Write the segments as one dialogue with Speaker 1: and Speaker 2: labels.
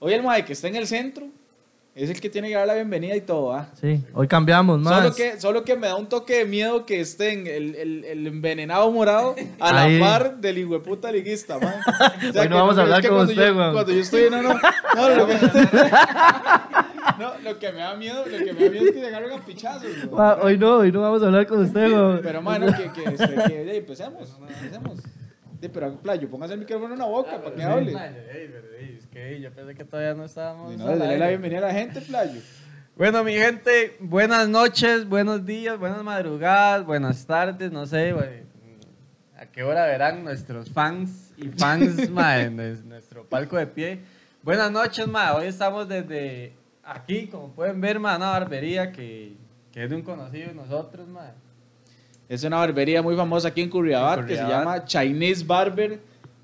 Speaker 1: Hoy el mae que está en el centro es el que tiene que dar la bienvenida y todo, ¿ah?
Speaker 2: Sí, hoy cambiamos, más.
Speaker 1: Solo que, solo que me da un toque de miedo que estén el, el, el envenenado morado a la
Speaker 2: Ahí.
Speaker 1: par del hijueputa liguista, man. O
Speaker 2: Hoy no vamos a
Speaker 1: es
Speaker 2: hablar
Speaker 1: que
Speaker 2: con
Speaker 1: cuando
Speaker 2: usted,
Speaker 1: yo-
Speaker 2: weón.
Speaker 1: Cuando yo estoy no, no, no, lo que, no, lo que me da miedo, lo que me da miedo es que se agarren a pichazos, weón.
Speaker 2: Ma, Ah, hoy no, hoy no vamos a hablar con usted, weón.
Speaker 1: Pero, mano, que, que, este, que ya empecemos, empecemos. Sí, pero, playo, póngase el micrófono en la boca
Speaker 3: Ah,
Speaker 1: para que hable.
Speaker 3: Ay, ay, pues, pero, ay, es que yo pensé que todavía no estábamos.
Speaker 1: Y no,
Speaker 3: al
Speaker 1: dale la
Speaker 3: aire.
Speaker 1: bienvenida a la gente, playo.
Speaker 3: Bueno, mi gente, buenas noches, buenos días, buenas madrugadas, buenas tardes, no sé, güey, mm, a qué hora verán nuestros fans y fans, ma, en nues- nuestro palco de pie. Buenas noches, ma, hoy estamos desde aquí, como pueden ver, ma, una barbería que, que es de un conocido de nosotros, ma.
Speaker 1: Es una barbería muy famosa aquí en Curriabat
Speaker 3: En
Speaker 1: que se
Speaker 3: Curriabat.
Speaker 1: llama Chinese Barber.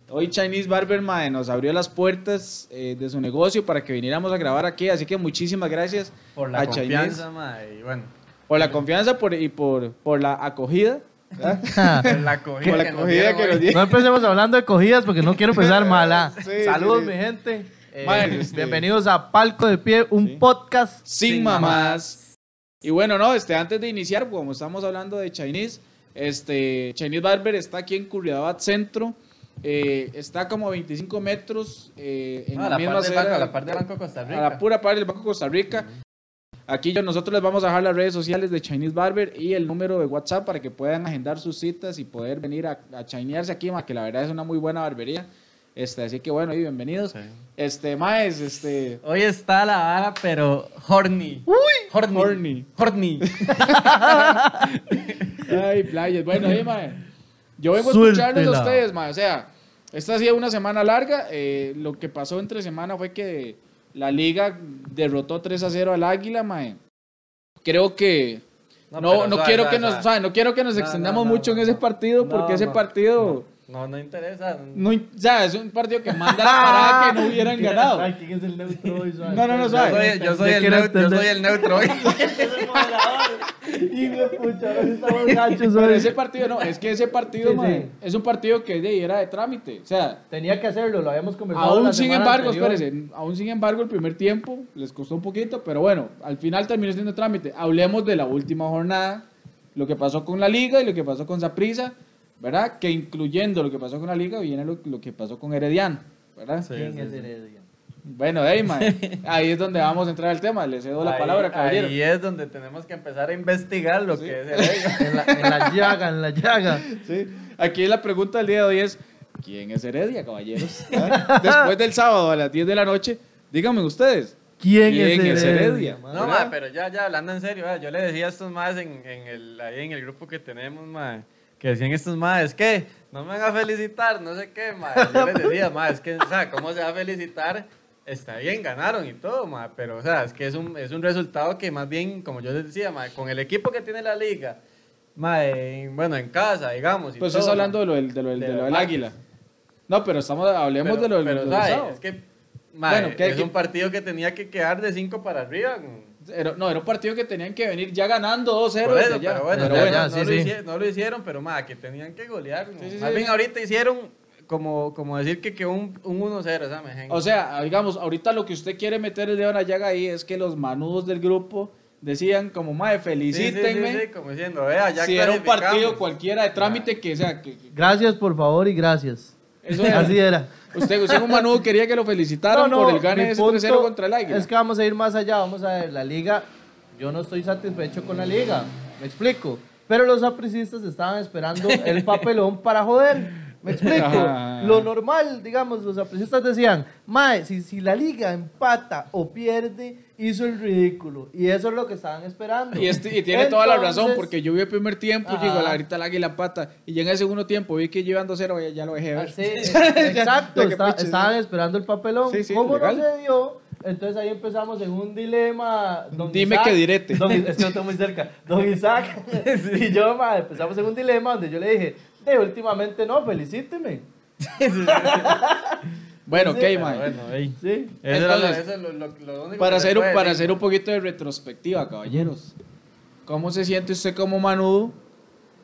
Speaker 1: Hoy Chinese Barber mae, nos abrió las puertas eh, de su negocio para que viniéramos a grabar aquí. Así que muchísimas gracias
Speaker 3: Por la
Speaker 1: a
Speaker 3: confianza,
Speaker 1: Chinese
Speaker 3: ma, y bueno,
Speaker 1: por la confianza por, y por, por la acogida. ¿verdad?
Speaker 3: por la acogida,
Speaker 1: Por la acogida que nos
Speaker 3: dieron
Speaker 2: No empecemos hablando de cogidas porque no quiero empezar mala.
Speaker 1: Sí,
Speaker 2: Saludos,
Speaker 1: sí, sí.
Speaker 2: mi gente. Eh,
Speaker 1: Madre, este-
Speaker 2: Bienvenidos a Palco de Pie, un
Speaker 1: Sí.
Speaker 2: podcast.
Speaker 1: sin
Speaker 3: Sin
Speaker 1: mamás. Y bueno, no, este, antes de iniciar, como estamos hablando de Chinese, este, Chinese Barber está aquí en Curriabat Centro. eh, está como a 25 metros eh, en
Speaker 3: hoy. Ah,
Speaker 1: la
Speaker 3: a la
Speaker 1: misma
Speaker 3: parte del banco,
Speaker 1: acera
Speaker 3: a la parte del banco de Costa Rica.
Speaker 1: a la pura par del Banco Costa Rica. Aquí yo- nosotros les vamos a dejar las redes sociales de Chinese Barber y el número de WhatsApp para que puedan agendar sus citas y poder venir a, a chinearse aquí, ma, que la verdad es una muy buena barbería. Este, así que bueno, y bienvenidos.
Speaker 3: Sí.
Speaker 1: Este, Maes, este.
Speaker 3: Hoy está la vara, pero horny. ¡Uy! Horny.
Speaker 1: Horny.
Speaker 3: Horny.
Speaker 1: Ay, playas. Bueno, ahí, mae. Yo vengo a
Speaker 2: Suéltela.
Speaker 1: escucharles a ustedes, mae. O sea, esta ha sido una semana larga. eh, lo que pasó entre semana fue que la liga derrotó 3 a 0 al Águila, mae. Creo que. No,
Speaker 3: No,
Speaker 1: no,
Speaker 3: pero suave,
Speaker 1: quiero
Speaker 3: suave,
Speaker 1: que nos,
Speaker 3: suave.
Speaker 1: sabe, no quiero que nos
Speaker 3: No,
Speaker 1: extendamos
Speaker 3: no, no,
Speaker 1: mucho en
Speaker 3: no,
Speaker 1: ese
Speaker 3: no.
Speaker 1: partido,
Speaker 3: No,
Speaker 1: porque ese
Speaker 3: no,
Speaker 1: partido.
Speaker 3: No, no interesa.
Speaker 1: No. in- o sea, es un partido que manda la parada que no hubieran ganado.
Speaker 2: ¿Quién es el neutro hoy, suave?
Speaker 1: No, no, no,
Speaker 3: Yo soy, yo soy el
Speaker 2: quiero
Speaker 3: neutro, yo
Speaker 2: entender.
Speaker 3: soy el neutro.
Speaker 2: Hijo de pucha, ahora estamos gachos,
Speaker 1: Pero
Speaker 2: suave.
Speaker 1: ese partido no, es que ese partido,
Speaker 2: Sí,
Speaker 1: mae,
Speaker 2: sí.
Speaker 1: es un partido que de, era de trámite. O sea,
Speaker 2: Tenía que hacerlo, lo habíamos conversado. Pues la
Speaker 1: Aún sin
Speaker 2: semana
Speaker 1: embargo,
Speaker 2: anterior.
Speaker 1: espérese, aún sin embargo el primer tiempo les costó un poquito, pero bueno, al final terminó siendo trámite. Hablemos de la última jornada, lo que pasó con la liga y lo que pasó con Saprisa, ¿verdad? Que incluyendo lo que pasó con la liga viene lo, lo que pasó con Herediano, ¿verdad?
Speaker 2: ¿Quién es Heredia?
Speaker 1: Bueno, de ahí, mae, ahí es donde vamos a entrar al tema, le cedo la palabra, caballero.
Speaker 3: Ahí es donde tenemos que empezar a investigar lo que es el ego.
Speaker 2: En la, en la llaga, en la llaga.
Speaker 1: Sí. Aquí la pregunta del día de hoy es, ¿quién es Heredia, caballeros? ¿Ah? Después del sábado a las 10 de la noche, díganme ustedes,
Speaker 2: ¿Quién,
Speaker 1: ¿Quién
Speaker 2: es
Speaker 1: es
Speaker 2: Heredia?
Speaker 1: Heredia?
Speaker 2: ma?
Speaker 3: No, ma, pero ya, ya, hablando en serio, ah, yo le decía a estos más en, en el, ahí en el grupo que tenemos, ma, que decían estos más, que no me van a felicitar, no sé qué, ma. Yo les decía, ma, es que, o sea, ¿cómo se va a felicitar? Está bien, ganaron y todo, ma, pero, o sea, es que es un, es un resultado que más bien, como yo les decía, ma, con el equipo que tiene la liga, ma, en- bueno, en casa, digamos. y
Speaker 1: Pues
Speaker 3: todo,
Speaker 1: estás
Speaker 3: ma.
Speaker 1: hablando de lo del, de lo del-
Speaker 3: De
Speaker 1: de lo
Speaker 3: los
Speaker 1: del
Speaker 3: Martes.
Speaker 1: águila. No, pero estamos, hablemos
Speaker 3: Pero-
Speaker 1: de lo del
Speaker 3: pero,
Speaker 1: del
Speaker 3: ¿sabe?
Speaker 1: sábado.
Speaker 3: Es que, ma,
Speaker 1: Bueno, ¿qué-
Speaker 3: es
Speaker 1: qué-
Speaker 3: un partido que tenía que quedar de 5 para arriba, mm. con-
Speaker 1: Era- no, era un partido que tenían que venir ya ganando 2-0.
Speaker 3: Por eso,
Speaker 1: desde ya.
Speaker 3: pero bueno,
Speaker 2: Pero
Speaker 3: ya-
Speaker 2: bueno,
Speaker 3: ya
Speaker 2: sí,
Speaker 3: no, lo
Speaker 2: sí.
Speaker 3: hicie- no lo hicieron, pero más que tenían que golear. ¿no?
Speaker 1: Sí, sí,
Speaker 3: más
Speaker 1: sí.
Speaker 3: bien ahorita hicieron como, como decir que quedó un, un 1-0, esa mejenga.
Speaker 1: O sea, digamos, ahorita lo que usted quiere meter el dedo en la llaga ahí es que los manudos del grupo decían como, madre,
Speaker 3: Sí, sí, sí,
Speaker 1: felicítenme.
Speaker 3: sí, como diciendo, vea, ya
Speaker 1: si era un
Speaker 3: clasificamos".
Speaker 1: partido cualquiera de trámite que sea... Que, que-
Speaker 2: Gracias, por favor, y gracias.
Speaker 1: eso era.
Speaker 2: Así era.
Speaker 1: Usted, usted un manudo quería que lo felicitaran por el gane
Speaker 2: mi
Speaker 1: de ese
Speaker 2: punto
Speaker 1: 3-0 contra el águila.
Speaker 2: Es que vamos a ir más allá, vamos a ver, la liga, yo no estoy satisfecho con la liga, me explico. Pero los apricistas estaban esperando el papelón para joder, me explico.
Speaker 1: Ajá.
Speaker 2: Lo normal, digamos, los apricistas decían, mae, si, si la liga empata o pierde, hizo el ridículo. Y eso es lo que estaban esperando.
Speaker 1: Y, este- y tiene toda la razón,
Speaker 2: Entonces,
Speaker 1: porque yo vi el primer tiempo,
Speaker 2: Ajá.
Speaker 1: digo, la ahorita el águila pata, y ya en el segundo tiempo vi que llevan 2-0, ya, ya lo dejé ver.
Speaker 2: Ah, sí, exacto,
Speaker 1: Ya que
Speaker 2: está-
Speaker 1: piches,
Speaker 2: estaban
Speaker 1: ¿no?
Speaker 2: esperando el papelón.
Speaker 1: Sí, sí,
Speaker 2: ¿Cómo
Speaker 1: legal.
Speaker 2: no se dio? Entonces ahí empezamos en un dilema. don
Speaker 1: Dime
Speaker 2: Isaac-
Speaker 1: que direte.
Speaker 2: Don, es que yo estoy muy cerca. Don Isaac y yo ma, empezamos en un dilema donde yo le dije, "Eh, últimamente no, felicíteme.
Speaker 3: Sí, sí, sí.
Speaker 1: Bueno,
Speaker 2: Sí,
Speaker 1: ok,
Speaker 2: pero
Speaker 1: mae.
Speaker 3: bueno, ey.
Speaker 2: Sí.
Speaker 3: Eso era lo-
Speaker 1: Entonces,
Speaker 3: eso es lo- lo- lo único
Speaker 1: Para
Speaker 3: que
Speaker 1: hacer,
Speaker 3: se
Speaker 1: un,
Speaker 3: puede
Speaker 1: para
Speaker 3: decir.
Speaker 1: hacer un poquito de retrospectiva, caballeros. ¿Cómo se siente usted como Manudo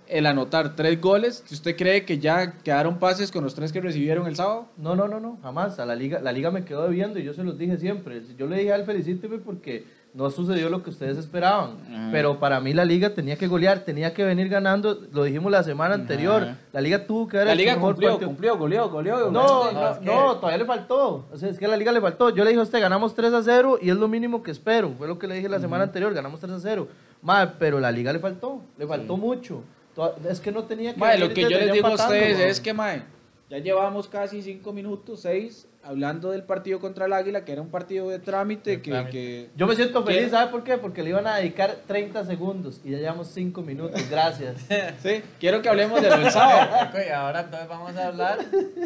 Speaker 1: el anotar tres goles? Si usted cree que ya quedaron pases con los tres que recibieron el sábado.
Speaker 2: No, no, no, no, jamás. A la liga, la liga me quedó debiendo y yo se los dije siempre. Yo le dije al felicíteme porque no sucedió lo que ustedes esperaban.
Speaker 1: Ajá.
Speaker 2: Pero para mí la liga tenía que golear, tenía que venir ganando. Lo dijimos la semana anterior.
Speaker 1: Ajá.
Speaker 2: La liga tuvo que dar
Speaker 1: La
Speaker 2: el
Speaker 1: liga
Speaker 2: mejor
Speaker 1: cumplió,
Speaker 2: partido.
Speaker 1: cumplió, goleó, goleó.
Speaker 2: No,
Speaker 1: goleó.
Speaker 2: no,
Speaker 3: es que-
Speaker 2: no, todavía le faltó. O sea, es que a la liga le faltó. Yo le dije a usted, ganamos 3 a 0 y es lo mínimo que espero. Fue lo que le dije la semana anterior, ganamos 3 a 0. Ma, pero la liga le faltó, le faltó mucho. Toda- Es que no tenía que...
Speaker 1: Mae, lo
Speaker 2: venir
Speaker 1: que
Speaker 2: desde
Speaker 1: yo les
Speaker 2: allá
Speaker 1: digo a
Speaker 2: empatando,
Speaker 1: ustedes
Speaker 2: ma.
Speaker 1: es que, mae, ya llevamos casi cinco minutos, seis, hablando del partido contra el Águila, que era un partido de trámite, que, que-
Speaker 2: Yo me siento
Speaker 1: ¿Qué?
Speaker 2: feliz, ¿sabe por qué? Porque le iban a dedicar 30 segundos y ya llevamos 5 minutos, gracias.
Speaker 1: Sí, quiero que hablemos de lo del sábado.
Speaker 3: Ok, ahora entonces vamos a hablar,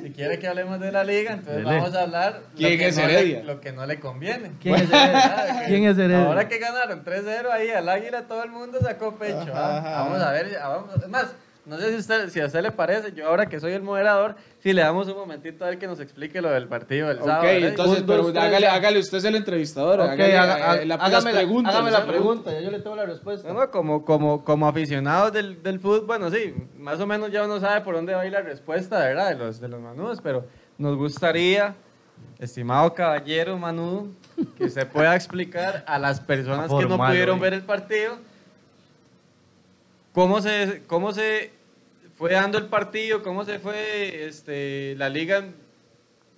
Speaker 3: si quiere que hablemos de la liga, entonces
Speaker 2: Dele.
Speaker 3: vamos a hablar
Speaker 1: ¿Quién
Speaker 3: lo, que
Speaker 1: es
Speaker 3: no le,
Speaker 1: Heredia?
Speaker 3: lo que no le conviene.
Speaker 2: ¿Quién es
Speaker 3: Ah,
Speaker 2: Heredia?
Speaker 3: ok.
Speaker 2: ¿Quién es Heredia?
Speaker 3: Ahora que ganaron 3-0 ahí al Águila, todo el mundo sacó pecho. ah.
Speaker 1: ajá.
Speaker 3: Vamos a ver, ah, vamos- es más, no sé si, usted, si a usted le parece, yo ahora que soy el moderador, si le damos un momentito a él que nos explique lo del partido del sábado.
Speaker 1: ok,
Speaker 3: ¿eh? ¿verdad?
Speaker 1: entonces,
Speaker 2: ¿eh? Un,
Speaker 1: pero
Speaker 2: dos, tres,
Speaker 1: hágale,
Speaker 2: ya.
Speaker 1: hágale, usted es el entrevistador.
Speaker 2: Ok,
Speaker 1: hágale,
Speaker 2: haga-
Speaker 1: eh, la, las
Speaker 2: hágame la-
Speaker 1: preguntas,
Speaker 2: hágame la
Speaker 1: las
Speaker 2: pregunta, ya yo le tengo la respuesta.
Speaker 3: Bueno, como, como, como aficionados del, del fútbol, bueno, sí, más o menos ya uno sabe por dónde va a ir la respuesta, ¿verdad? De los, de los manudos, pero nos gustaría, estimado caballero Manu, que se pueda explicar a las personas que no
Speaker 2: Formal,
Speaker 3: pudieron
Speaker 2: oye.
Speaker 3: ver el partido cómo se, cómo se fue dando el partido, cómo se fue este, la liga.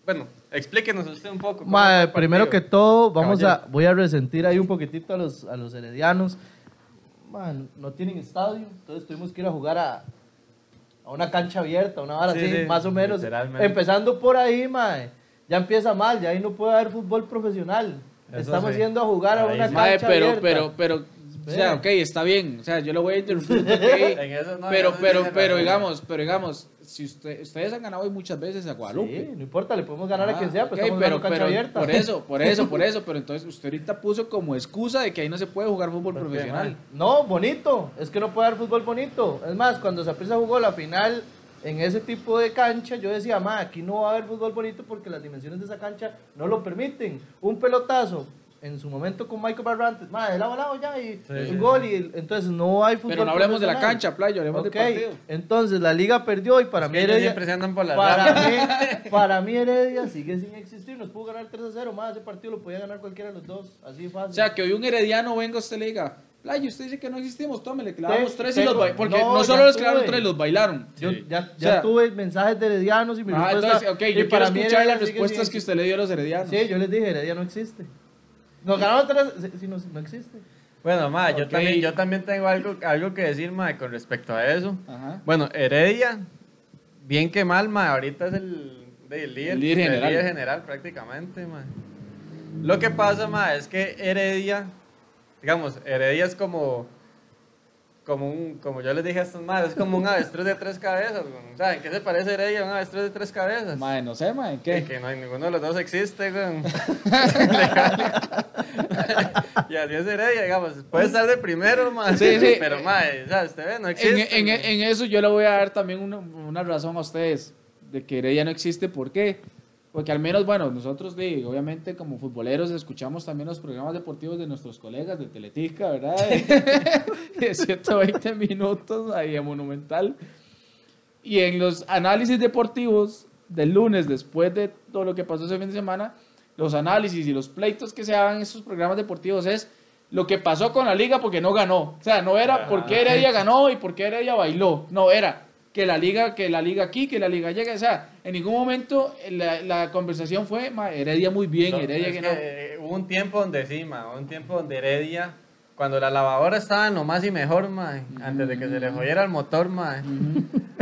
Speaker 3: Bueno, explíquenos usted un poco. cómo fue
Speaker 2: Mae,
Speaker 3: el
Speaker 2: primero que
Speaker 3: partido.
Speaker 2: todo, vamos a,
Speaker 3: Caballero.
Speaker 2: voy a resentir ahí un poquitito a los, a los heredianos. Man, no tienen estadio, entonces tuvimos que ir a jugar a, a una cancha abierta, una vara
Speaker 3: Sí,
Speaker 2: así,
Speaker 3: sí,
Speaker 2: más o menos.
Speaker 3: literalmente.
Speaker 2: Empezando por ahí, mae, ya empieza mal, ya ahí no puede haber fútbol profesional.
Speaker 3: Eso
Speaker 2: Estamos
Speaker 3: sí.
Speaker 2: yendo a jugar a
Speaker 3: Ahí
Speaker 2: una cancha
Speaker 3: sí.
Speaker 1: Mae, pero,
Speaker 2: abierta.
Speaker 1: pero, pero, o sea, ok, está bien, o sea, yo lo voy a interrumpir, ok,
Speaker 3: En eso no, en
Speaker 1: pero,
Speaker 3: eso sí
Speaker 1: pero,
Speaker 3: tiene
Speaker 1: pero,
Speaker 3: razón.
Speaker 1: digamos, pero, digamos, si usted, ustedes han ganado hoy muchas veces a Guadalupe.
Speaker 2: Sí, no importa, le podemos ganar a
Speaker 1: Ah,
Speaker 2: quien sea, pero
Speaker 1: ok,
Speaker 2: estamos
Speaker 1: pero,
Speaker 2: jugando cancha
Speaker 1: pero
Speaker 2: abierta.
Speaker 1: Por eso, por eso, por eso. Pero entonces usted ahorita puso como excusa de que ahí no se puede jugar fútbol
Speaker 2: Pues
Speaker 3: Porque,
Speaker 1: profesional.
Speaker 2: No, bonito. Es que no puede haber fútbol bonito. Es más, cuando Saprissa jugó la final en ese tipo de cancha, yo decía, ma, aquí no va a haber fútbol bonito porque las dimensiones de esa cancha no lo permiten. Un pelotazo en su momento con Michael Barrantes, ma, de lado a lado ya y
Speaker 3: Sí,
Speaker 2: un
Speaker 3: sí.
Speaker 2: gol. Y, el- entonces no hay fútbol
Speaker 1: Pero no hablemos de la
Speaker 2: profesional.
Speaker 1: cancha, playa, hablemos
Speaker 2: Ok,
Speaker 1: del partido.
Speaker 2: Entonces la liga perdió y para
Speaker 3: Es
Speaker 2: mí
Speaker 3: que ellos
Speaker 2: Heredia-
Speaker 3: siempre se andan por las
Speaker 2: para
Speaker 3: ramas.
Speaker 2: mí, para mí Heredia sigue sin existir. Nos pudo ganar 3 a 0. Más ese partido lo podía ganar cualquiera de los dos. Así de fácil.
Speaker 1: O sea, que hoy un herediano venga usted le diga, Playa, usted dice que no existimos, tómele, clavamos
Speaker 2: Te-
Speaker 1: tres y
Speaker 2: tengo-
Speaker 1: los bailaron. Porque
Speaker 2: no,
Speaker 1: no,
Speaker 2: ya
Speaker 1: solo los clavaron
Speaker 2: tuve.
Speaker 1: tres, los bailaron.
Speaker 2: Yo
Speaker 3: Sí.
Speaker 2: ya,
Speaker 1: O
Speaker 2: ya
Speaker 1: sea-
Speaker 2: tuve mensajes de heredianos y mi
Speaker 1: Ah,
Speaker 2: respuesta.
Speaker 1: entonces, ok,
Speaker 2: y
Speaker 1: yo quiero
Speaker 2: mí
Speaker 1: escuchar
Speaker 2: Heredia
Speaker 1: las
Speaker 2: sigue
Speaker 1: respuestas
Speaker 2: sin
Speaker 1: que usted le dio a los heredianos.
Speaker 2: existir. Sí, yo les dije, Heredia no existe. Nos ganamos tres, si- si no, no existe.
Speaker 3: Bueno, ma, yo,
Speaker 1: Ok.
Speaker 3: también, yo también tengo algo, algo que decir, ma, con respecto a eso.
Speaker 1: Ajá.
Speaker 3: Bueno, Heredia, bien que mal, ma, ahorita es el, del líder,
Speaker 1: El líder
Speaker 3: del
Speaker 1: general.
Speaker 3: líder general prácticamente, ma. Lo que pasa, ma, es que Heredia, digamos, Heredia es como, como un, como yo les dije a estos ma, es como un avestruz de tres cabezas. güey. ¿Saben qué se parece Heredia a un avestruz de tres cabezas?
Speaker 1: Mae, no sé, mae, ¿qué?
Speaker 3: Que- Que no, ninguno de los dos existe, güey. y así es Heredia, digamos. Puede estar de primero, ma.
Speaker 1: Sí, sí.
Speaker 3: Pero, ma, o sea, usted ve, no
Speaker 1: En,
Speaker 3: existe.
Speaker 1: en- e,
Speaker 3: güey.
Speaker 1: en eso yo le voy a dar también una, una razón a ustedes de que Heredia no existe. ¿Por qué? Porque al menos, bueno, nosotros, di, obviamente, como futboleros, escuchamos también los programas deportivos de nuestros colegas de Teletica, ¿verdad? De, de 120 minutos ahí en Monumental. Y en los análisis deportivos del lunes, después de todo lo que pasó ese fin de semana, los análisis y los pleitos que se daban en esos programas deportivos es lo que pasó con la liga porque no ganó. O sea, no era por qué Heredia ganó y por qué Heredia bailó. No, era que la liga, que la liga aquí, que la liga llega. O sea, en ningún momento la, la conversación fue "Ma, Heredia muy bien,
Speaker 3: No,
Speaker 1: Heredia
Speaker 3: es
Speaker 1: que
Speaker 3: que,
Speaker 1: no".
Speaker 3: eh, Hubo un tiempo donde sí, ma, hubo un tiempo donde Heredia, cuando la lavadora estaba en lo más y mejor, ma, antes de que
Speaker 1: Mm.
Speaker 3: se le jodiera el motor, ma.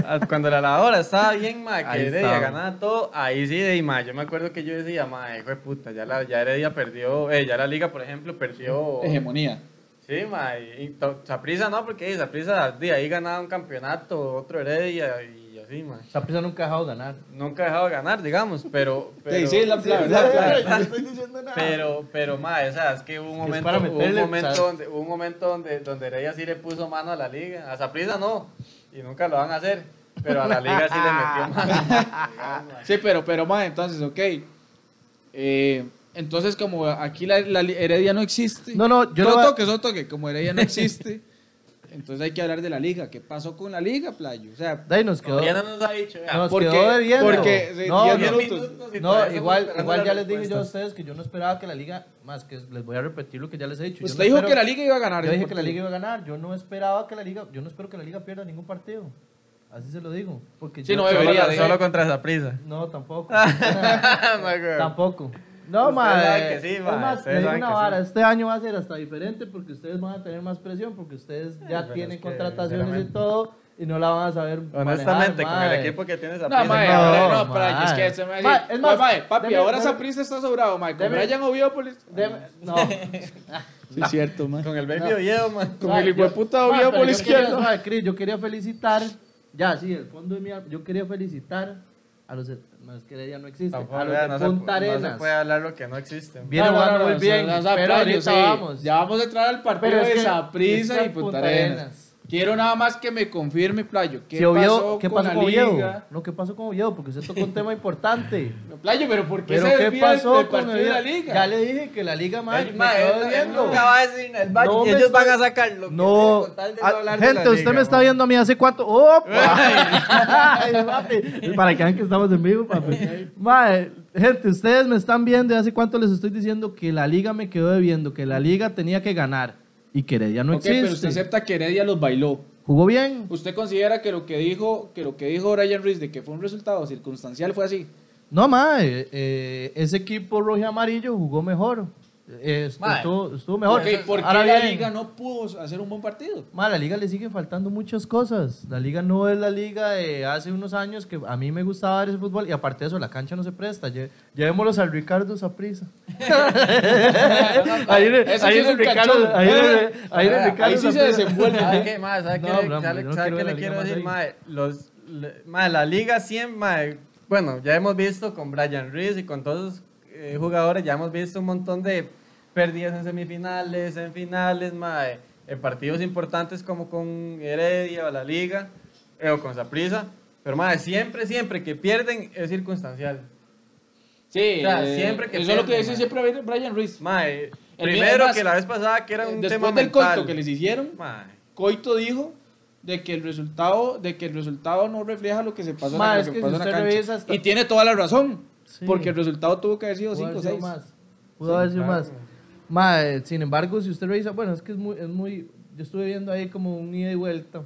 Speaker 3: Ah, Cuando la lavadora estaba bien, ma, que
Speaker 2: Ahí
Speaker 3: Heredia
Speaker 2: estaba.
Speaker 3: ganaba todo, ahí sí, de, ma, yo me acuerdo que yo decía, ma, hijo de puta, ya, la, ya Heredia perdió, eh, ya la liga, por ejemplo, perdió...
Speaker 1: Hegemonía.
Speaker 3: Sí, ma, y Saprisa no, porque Saprisa de ahí ganaba un campeonato, otro Heredia y así, ma.
Speaker 2: Saprissa nunca ha dejado ganar.
Speaker 3: Nunca ha dejado de ganar, digamos, pero... pero
Speaker 1: sí, es la- la verdad, la
Speaker 2: Ay,
Speaker 1: verdad.
Speaker 2: yo no estoy diciendo nada.
Speaker 3: Pero, pero, ma, o sea, es que hubo un
Speaker 2: Es que es
Speaker 3: momento,
Speaker 2: para
Speaker 3: hubo un
Speaker 2: meterle,
Speaker 3: momento,
Speaker 2: o sea.
Speaker 3: donde, hubo un momento donde, donde Heredia sí le puso mano a la liga. A Saprisa no, y nunca lo van a hacer, pero a la liga sí le metió mano.
Speaker 1: Sí, pero, pero más, entonces, ok. Eh, entonces, como aquí la, la li- Heredia no existe.
Speaker 2: No, no, yo
Speaker 1: Son
Speaker 2: le voy a-
Speaker 1: toques, son toques, Como Heredia no existe. Entonces hay que hablar de la liga. ¿Qué pasó con la liga, Playo? O sea,
Speaker 2: De ahí nos quedó.
Speaker 3: Oriana nos ha dicho. vea,
Speaker 2: Nos
Speaker 1: porque-
Speaker 2: quedó debiendo.
Speaker 1: porque, sí,
Speaker 2: no,
Speaker 1: diez
Speaker 2: no,
Speaker 1: minutos.
Speaker 3: y todavía
Speaker 2: No,
Speaker 3: estamos
Speaker 2: igual,
Speaker 3: esperando
Speaker 2: igual
Speaker 3: la
Speaker 2: ya les dije yo a
Speaker 3: respuesta.
Speaker 2: ustedes que yo no esperaba que la liga, más que les voy a repetir lo que ya les he dicho. yo
Speaker 1: usted
Speaker 2: no
Speaker 1: Pues dijo
Speaker 2: espero-
Speaker 1: que la liga iba a ganar.
Speaker 2: Yo
Speaker 1: ese
Speaker 2: dije que la
Speaker 1: partido.
Speaker 2: liga iba a ganar. Yo no esperaba que la liga, yo no espero que la liga pierda ningún partido. Así se lo digo. Porque
Speaker 1: Sí,
Speaker 2: yo-
Speaker 1: no debería,
Speaker 3: solo,
Speaker 2: ¿eh?
Speaker 1: de-
Speaker 3: solo contra esa prisa.
Speaker 2: No, tampoco.
Speaker 3: Tampoco.
Speaker 2: tampoco. No,
Speaker 3: Ustedes
Speaker 2: madre.
Speaker 3: saben que sí,
Speaker 2: es
Speaker 3: mae,
Speaker 2: más,
Speaker 3: ustedes
Speaker 2: le digo
Speaker 3: saben
Speaker 2: una
Speaker 3: que sí.
Speaker 2: vara. Este año va a ser hasta diferente porque ustedes van a tener más presión porque ustedes ya
Speaker 3: pero
Speaker 2: tienen
Speaker 3: es que,
Speaker 2: contrataciones y
Speaker 3: sinceramente.
Speaker 2: todo y no la van a saber.
Speaker 3: Honestamente,
Speaker 2: manejar,
Speaker 3: con el
Speaker 2: mae.
Speaker 3: equipo que tiene esa
Speaker 1: No,
Speaker 3: prisa.
Speaker 1: mae,
Speaker 2: no,
Speaker 1: ahora no,
Speaker 2: mae.
Speaker 1: Playo, es que se me va a decir,
Speaker 2: Mae, es más,
Speaker 1: "Oye, mae, papi,
Speaker 2: deme-
Speaker 1: ahora
Speaker 2: deme-
Speaker 1: esa prisa está sobrado, mae. Con
Speaker 2: deme-
Speaker 1: Brian Oviópolis.
Speaker 2: Deme- no.
Speaker 1: Sí, es cierto, mae.
Speaker 3: Con el baby Oviedo, man.
Speaker 1: Con
Speaker 2: Mae,
Speaker 1: el
Speaker 2: yo-
Speaker 1: hijueputa
Speaker 2: mae,
Speaker 1: Oviedo
Speaker 2: pero
Speaker 1: por la
Speaker 2: yo quería-
Speaker 1: izquierda.
Speaker 2: mae, Cris, yo quería felicitar, ya, sí, el fondo de mi alma, yo quería felicitar a los, no, es que ya no existe,
Speaker 3: Tampoco,
Speaker 2: a los
Speaker 3: vea,
Speaker 2: de
Speaker 3: no se-
Speaker 2: Punta
Speaker 3: No se
Speaker 2: Arenas.
Speaker 3: puede hablar lo que no existe. man.
Speaker 2: Viene
Speaker 1: No, no,
Speaker 2: jugando
Speaker 1: no,
Speaker 2: muy
Speaker 1: no,
Speaker 2: bien,
Speaker 1: o sea,
Speaker 2: pero
Speaker 1: Playo,
Speaker 2: ahorita
Speaker 1: sí,
Speaker 2: vamos.
Speaker 1: Ya vamos a entrar al partido
Speaker 2: Pero es
Speaker 1: de
Speaker 2: que-
Speaker 1: Saprissa
Speaker 2: es
Speaker 1: y
Speaker 2: que
Speaker 1: Punta
Speaker 2: Punta
Speaker 1: Arenas.
Speaker 2: Arenas.
Speaker 1: Quiero nada más que me confirme, Playo. ¿Qué
Speaker 2: Si
Speaker 1: pasó
Speaker 2: Oviedo- ¿Qué
Speaker 1: con
Speaker 2: pasó
Speaker 1: la
Speaker 2: con Oviedo?
Speaker 1: liga?
Speaker 2: No, ¿qué pasó con Oviedo? Porque usted tocó un tema importante.
Speaker 1: No, Playo, pero ¿por qué
Speaker 2: ¿Pero
Speaker 1: se
Speaker 2: qué
Speaker 1: desvía del
Speaker 2: pasó
Speaker 1: del
Speaker 2: con
Speaker 1: partido de la
Speaker 2: Oviedo?
Speaker 1: liga?
Speaker 2: Ya le dije que la liga, mae,
Speaker 3: Él,
Speaker 2: me
Speaker 3: mae,
Speaker 2: quedó
Speaker 3: él- él
Speaker 2: debiendo.
Speaker 3: nunca va a decir en el baño.
Speaker 2: No me
Speaker 3: Ellos van
Speaker 2: estoy-
Speaker 3: a sacar lo que sea
Speaker 2: No,
Speaker 3: con tal de
Speaker 2: ah,
Speaker 3: hablar de la
Speaker 2: gente, usted
Speaker 3: liga,
Speaker 2: me está
Speaker 3: man.
Speaker 2: viendo a mí hace cuánto. ¡Opa! Ay, papi, Para que vean que estamos en vivo, papi. Mae, gente, ustedes me están viendo y hace cuánto les estoy diciendo que la liga me quedó debiendo, que la liga tenía que ganar y que Heredia no
Speaker 1: Ok, pero usted
Speaker 2: existe.
Speaker 1: acepta que Heredia los bailó.
Speaker 2: ¿Jugó bien?
Speaker 1: ¿Usted considera que lo que dijo, que lo que dijo Brian Ruiz de que fue un resultado circunstancial fue así?
Speaker 2: No, mae, eh, ese equipo rojo y amarillo jugó mejor. Eh, estu-
Speaker 3: Mae.
Speaker 2: estuvo, estuvo mejor.
Speaker 1: Ok, ¿Por qué
Speaker 2: Ahora
Speaker 1: la
Speaker 2: bien,
Speaker 1: liga no pudo hacer un buen partido?
Speaker 2: Ma, la liga le siguen faltando muchas cosas. La liga no es la liga de hace unos años que a mí me gustaba ver ese fútbol y aparte de eso, la cancha no se presta. Lle- llevémoslos al Ricardo Saprisa. ahí en el-
Speaker 1: Ese sí
Speaker 2: ahí en
Speaker 1: es
Speaker 2: el
Speaker 1: un
Speaker 2: Ricardo
Speaker 1: canchón.
Speaker 2: ahí en el- ahí en el
Speaker 3: Ahí
Speaker 2: Ricardo
Speaker 1: Ahí sí se
Speaker 2: Saprissa.
Speaker 1: desenvuelve.
Speaker 3: ¿Sabe
Speaker 2: ¿eh?
Speaker 3: qué, mae? ¿Sabe
Speaker 2: No,
Speaker 3: qué
Speaker 2: hombre,
Speaker 3: le-
Speaker 2: yo
Speaker 3: sabe-
Speaker 2: no
Speaker 3: sabe
Speaker 2: quiero
Speaker 3: qué
Speaker 2: ver
Speaker 3: le
Speaker 2: la
Speaker 3: quiero
Speaker 2: liga
Speaker 3: decir,
Speaker 2: más
Speaker 3: mae? Los, le- mae, la liga 100, mae, bueno, ya hemos visto con Brian Reese y con todos los eh, jugadores, ya hemos visto un montón de pérdidas en semifinales, en finales, mae, en partidos importantes como con Heredia o la liga, eh, o con Saprissa, pero mae, siempre, siempre que pierden es circunstancial.
Speaker 1: Sí, eh,
Speaker 3: O sea, siempre que
Speaker 1: eso es lo que
Speaker 3: pierden,
Speaker 1: dice
Speaker 3: mae.
Speaker 1: siempre Brian Ruiz.
Speaker 3: Mae,
Speaker 1: El mío,
Speaker 3: primero
Speaker 1: además,
Speaker 3: que la vez pasada que era
Speaker 2: eh,
Speaker 3: un tema
Speaker 1: Después del
Speaker 3: mental.
Speaker 1: coito que les hicieron,
Speaker 3: Mae.
Speaker 1: Coito dijo de que el resultado, de que el resultado no refleja lo que se pasó, en la-
Speaker 2: Ma,
Speaker 1: lo
Speaker 2: es
Speaker 1: que
Speaker 2: que
Speaker 1: pasó
Speaker 2: si
Speaker 1: en la
Speaker 2: usted
Speaker 1: cancha.
Speaker 2: revisa hasta-
Speaker 1: Y tiene toda la razón,
Speaker 2: Sí.
Speaker 1: porque el resultado tuvo que haber sido
Speaker 2: Pudo
Speaker 1: 5
Speaker 2: haber
Speaker 1: o
Speaker 2: sido
Speaker 1: 6.
Speaker 2: más. Pudo haber sido
Speaker 3: claro.
Speaker 2: más. Ma, eh, sin embargo, si usted revisa, bueno, es que es muy, es muy. Yo estuve viendo ahí como un ida y vuelta